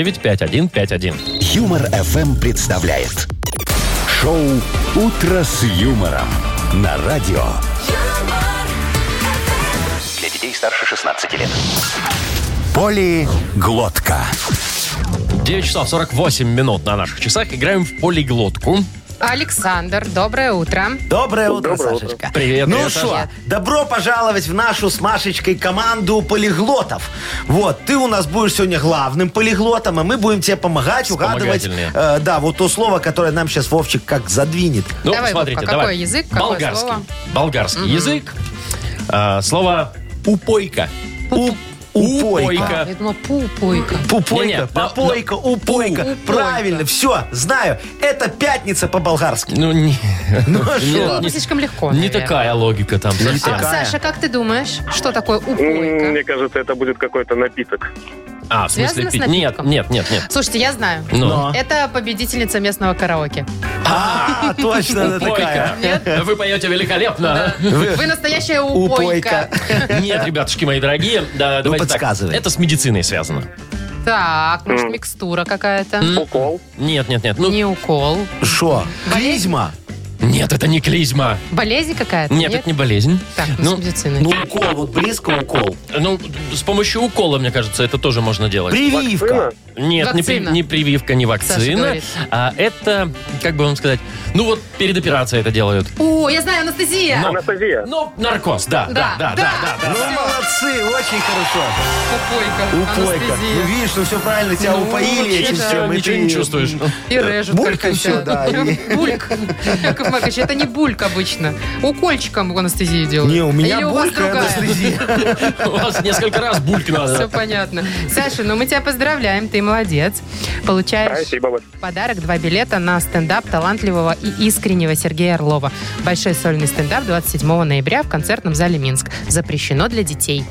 Speaker 2: 8017-269-5151.
Speaker 1: Юмор ФМ представляет. Шоу «Утро с юмором» на радио.
Speaker 5: Для детей старше 16 лет.
Speaker 1: Полиглотка.
Speaker 2: 9 часов 48 минут на наших часах. Играем в полиглотку.
Speaker 3: Александр, доброе утро.
Speaker 4: Доброе утро, Сашечка.
Speaker 2: Привет,
Speaker 4: Ну
Speaker 2: привет,
Speaker 4: что,
Speaker 2: Саша.
Speaker 4: добро пожаловать в нашу с Машечкой команду полиглотов. Вот, ты у нас будешь сегодня главным полиглотом, а мы будем тебе помогать угадывать.
Speaker 2: Вспомогательные.
Speaker 4: э, да, вот то слово, которое нам сейчас Вовчик как задвинет.
Speaker 2: Ну,
Speaker 3: Давай,
Speaker 2: смотрите,
Speaker 3: Вовка, какой
Speaker 2: давай.
Speaker 3: язык, какое
Speaker 2: Болгарский.
Speaker 3: слово?
Speaker 2: Болгарский язык. А, слово «упойка».
Speaker 4: У- Упойка.
Speaker 2: Упойка.
Speaker 3: Я думала, пупойка.
Speaker 4: Пупойка,
Speaker 2: Не-не, но-
Speaker 4: попойка, упойка.
Speaker 3: Упойка.
Speaker 4: Правильно, все, знаю. Это пятница по-болгарски.
Speaker 2: Ну, не,
Speaker 4: Ну а
Speaker 3: Ну,
Speaker 4: что?
Speaker 3: это слишком легко,
Speaker 2: не
Speaker 3: наверное.
Speaker 2: такая логика там совсем.
Speaker 3: А,
Speaker 4: такая.
Speaker 3: Саша, как ты думаешь, что такое упойка?
Speaker 8: Мне кажется, это будет какой-то напиток.
Speaker 2: А, в смысле,
Speaker 3: Связано с
Speaker 2: пить? Нет,
Speaker 3: напитком?
Speaker 2: нет, нет, нет.
Speaker 3: Слушайте, я знаю.
Speaker 2: Ну.
Speaker 3: Это победительница местного караоке.
Speaker 4: А, точно она
Speaker 2: Упойка.
Speaker 4: такая.
Speaker 2: Да Вы поете великолепно.
Speaker 3: Вы настоящая упойка.
Speaker 2: Нет, ребятушки мои дорогие, да, давайте так.
Speaker 4: подсказывай.
Speaker 2: Это с медициной связано.
Speaker 3: Так, может, микстура какая-то?
Speaker 8: Укол.
Speaker 2: Нет, нет, нет. Ну,
Speaker 3: Не укол.
Speaker 4: Шо? Клизма?
Speaker 2: нет, это не клизма.
Speaker 3: Болезнь какая-то?
Speaker 2: Нет, это не болезнь.
Speaker 3: Так, ну, с
Speaker 2: ну,
Speaker 3: медициной.
Speaker 4: Ну укол, вот близко укол.
Speaker 2: ну, с помощью укола, мне кажется, это тоже можно делать.
Speaker 4: Прививка.
Speaker 2: Нет, не, при-
Speaker 3: Вакцина.
Speaker 2: не прививка, не вакцина.
Speaker 3: говорит.
Speaker 2: А это, как бы вам сказать, ну вот перед операцией это делают.
Speaker 3: О, я знаю, Анастасия!
Speaker 2: Ну,
Speaker 8: Анастасия.
Speaker 2: Ну, наркоз, да, да, да, да, да.
Speaker 4: Ну молодцы, очень хорошо.
Speaker 3: Упойка,
Speaker 4: Упойка. Ну
Speaker 3: Анастасия.
Speaker 4: видишь, ну все правильно, тебя
Speaker 3: Ну,
Speaker 4: упоили
Speaker 3: вообще,
Speaker 4: этим
Speaker 3: да.
Speaker 4: всем. и
Speaker 2: Ничего
Speaker 4: ты-
Speaker 2: не чувствуешь.
Speaker 3: И режут.
Speaker 4: Булька
Speaker 3: как-то.
Speaker 4: всё, да, и-
Speaker 3: Бульк. Яков Маркович, это не бульк обычно. Укольчиком анестезии делают.
Speaker 4: Не, у меня
Speaker 3: Или у вас
Speaker 4: булька
Speaker 3: другая?
Speaker 4: анестезия.
Speaker 2: Ну, У вас несколько раз бульк
Speaker 3: Все
Speaker 2: надо.
Speaker 3: понятно. Саша, ну мы тебя поздравляем, ты молодец. Получаешь
Speaker 8: Спасибо.
Speaker 3: в подарок два билета на стендап талантливого и искреннего Сергея Орлова. Большой сольный стендап 27 ноября в концертном зале Минск. Запрещено для детей.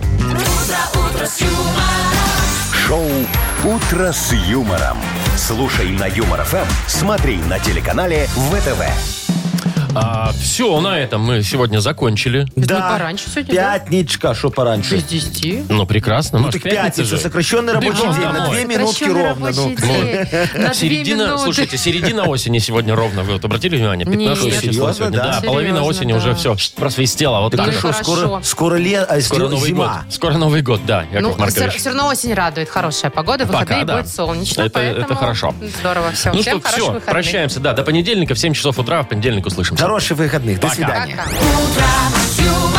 Speaker 1: Шоу «Утро с юмором». Слушай на Юмор ФМ, смотри на телеканале ВТВ.
Speaker 2: все, А, на этом мы сегодня закончили.
Speaker 3: Ну, пораньше сегодня, да?
Speaker 4: Пятничка, что пораньше?
Speaker 3: 10.
Speaker 2: Ну, прекрасно.
Speaker 4: Ну
Speaker 2: Маш,
Speaker 4: так
Speaker 2: пятница
Speaker 4: пятница,
Speaker 2: же.
Speaker 4: сокращенный
Speaker 2: Да
Speaker 4: рабочий
Speaker 2: идем
Speaker 4: день, на
Speaker 2: домой.
Speaker 4: две минутки ровно. ну.
Speaker 2: Середина, слушайте, середина осени сегодня ровно. Вы вот обратили внимание? 15
Speaker 3: Нет.
Speaker 2: число
Speaker 4: Серьезно,
Speaker 2: сегодня. Да,
Speaker 4: да?
Speaker 2: половина
Speaker 3: Серьезно,
Speaker 2: осени
Speaker 3: да.
Speaker 2: уже все просвистела. Вот
Speaker 4: Так
Speaker 2: так.
Speaker 4: и что,
Speaker 3: хорошо.
Speaker 4: скоро, скоро ле- а,
Speaker 2: Скоро
Speaker 4: зима.
Speaker 2: Новый год. Скоро Новый год, да, Яков
Speaker 3: Ну, все,
Speaker 2: Маркович.
Speaker 3: равно осень радует. Хорошая погода, выходные
Speaker 2: Пока, да.
Speaker 3: будет солнечно.
Speaker 2: Это- это
Speaker 3: поэтому
Speaker 2: хорошо.
Speaker 3: Здорово, все.
Speaker 2: Ну
Speaker 3: Всем
Speaker 2: что,
Speaker 3: хороших
Speaker 2: все,
Speaker 3: выходных.
Speaker 2: прощаемся. Да, до понедельника в 7 часов утра. В понедельник услышимся.
Speaker 4: Хороших выходных. До свидания.
Speaker 3: Пока.
Speaker 9: Утро с юмором.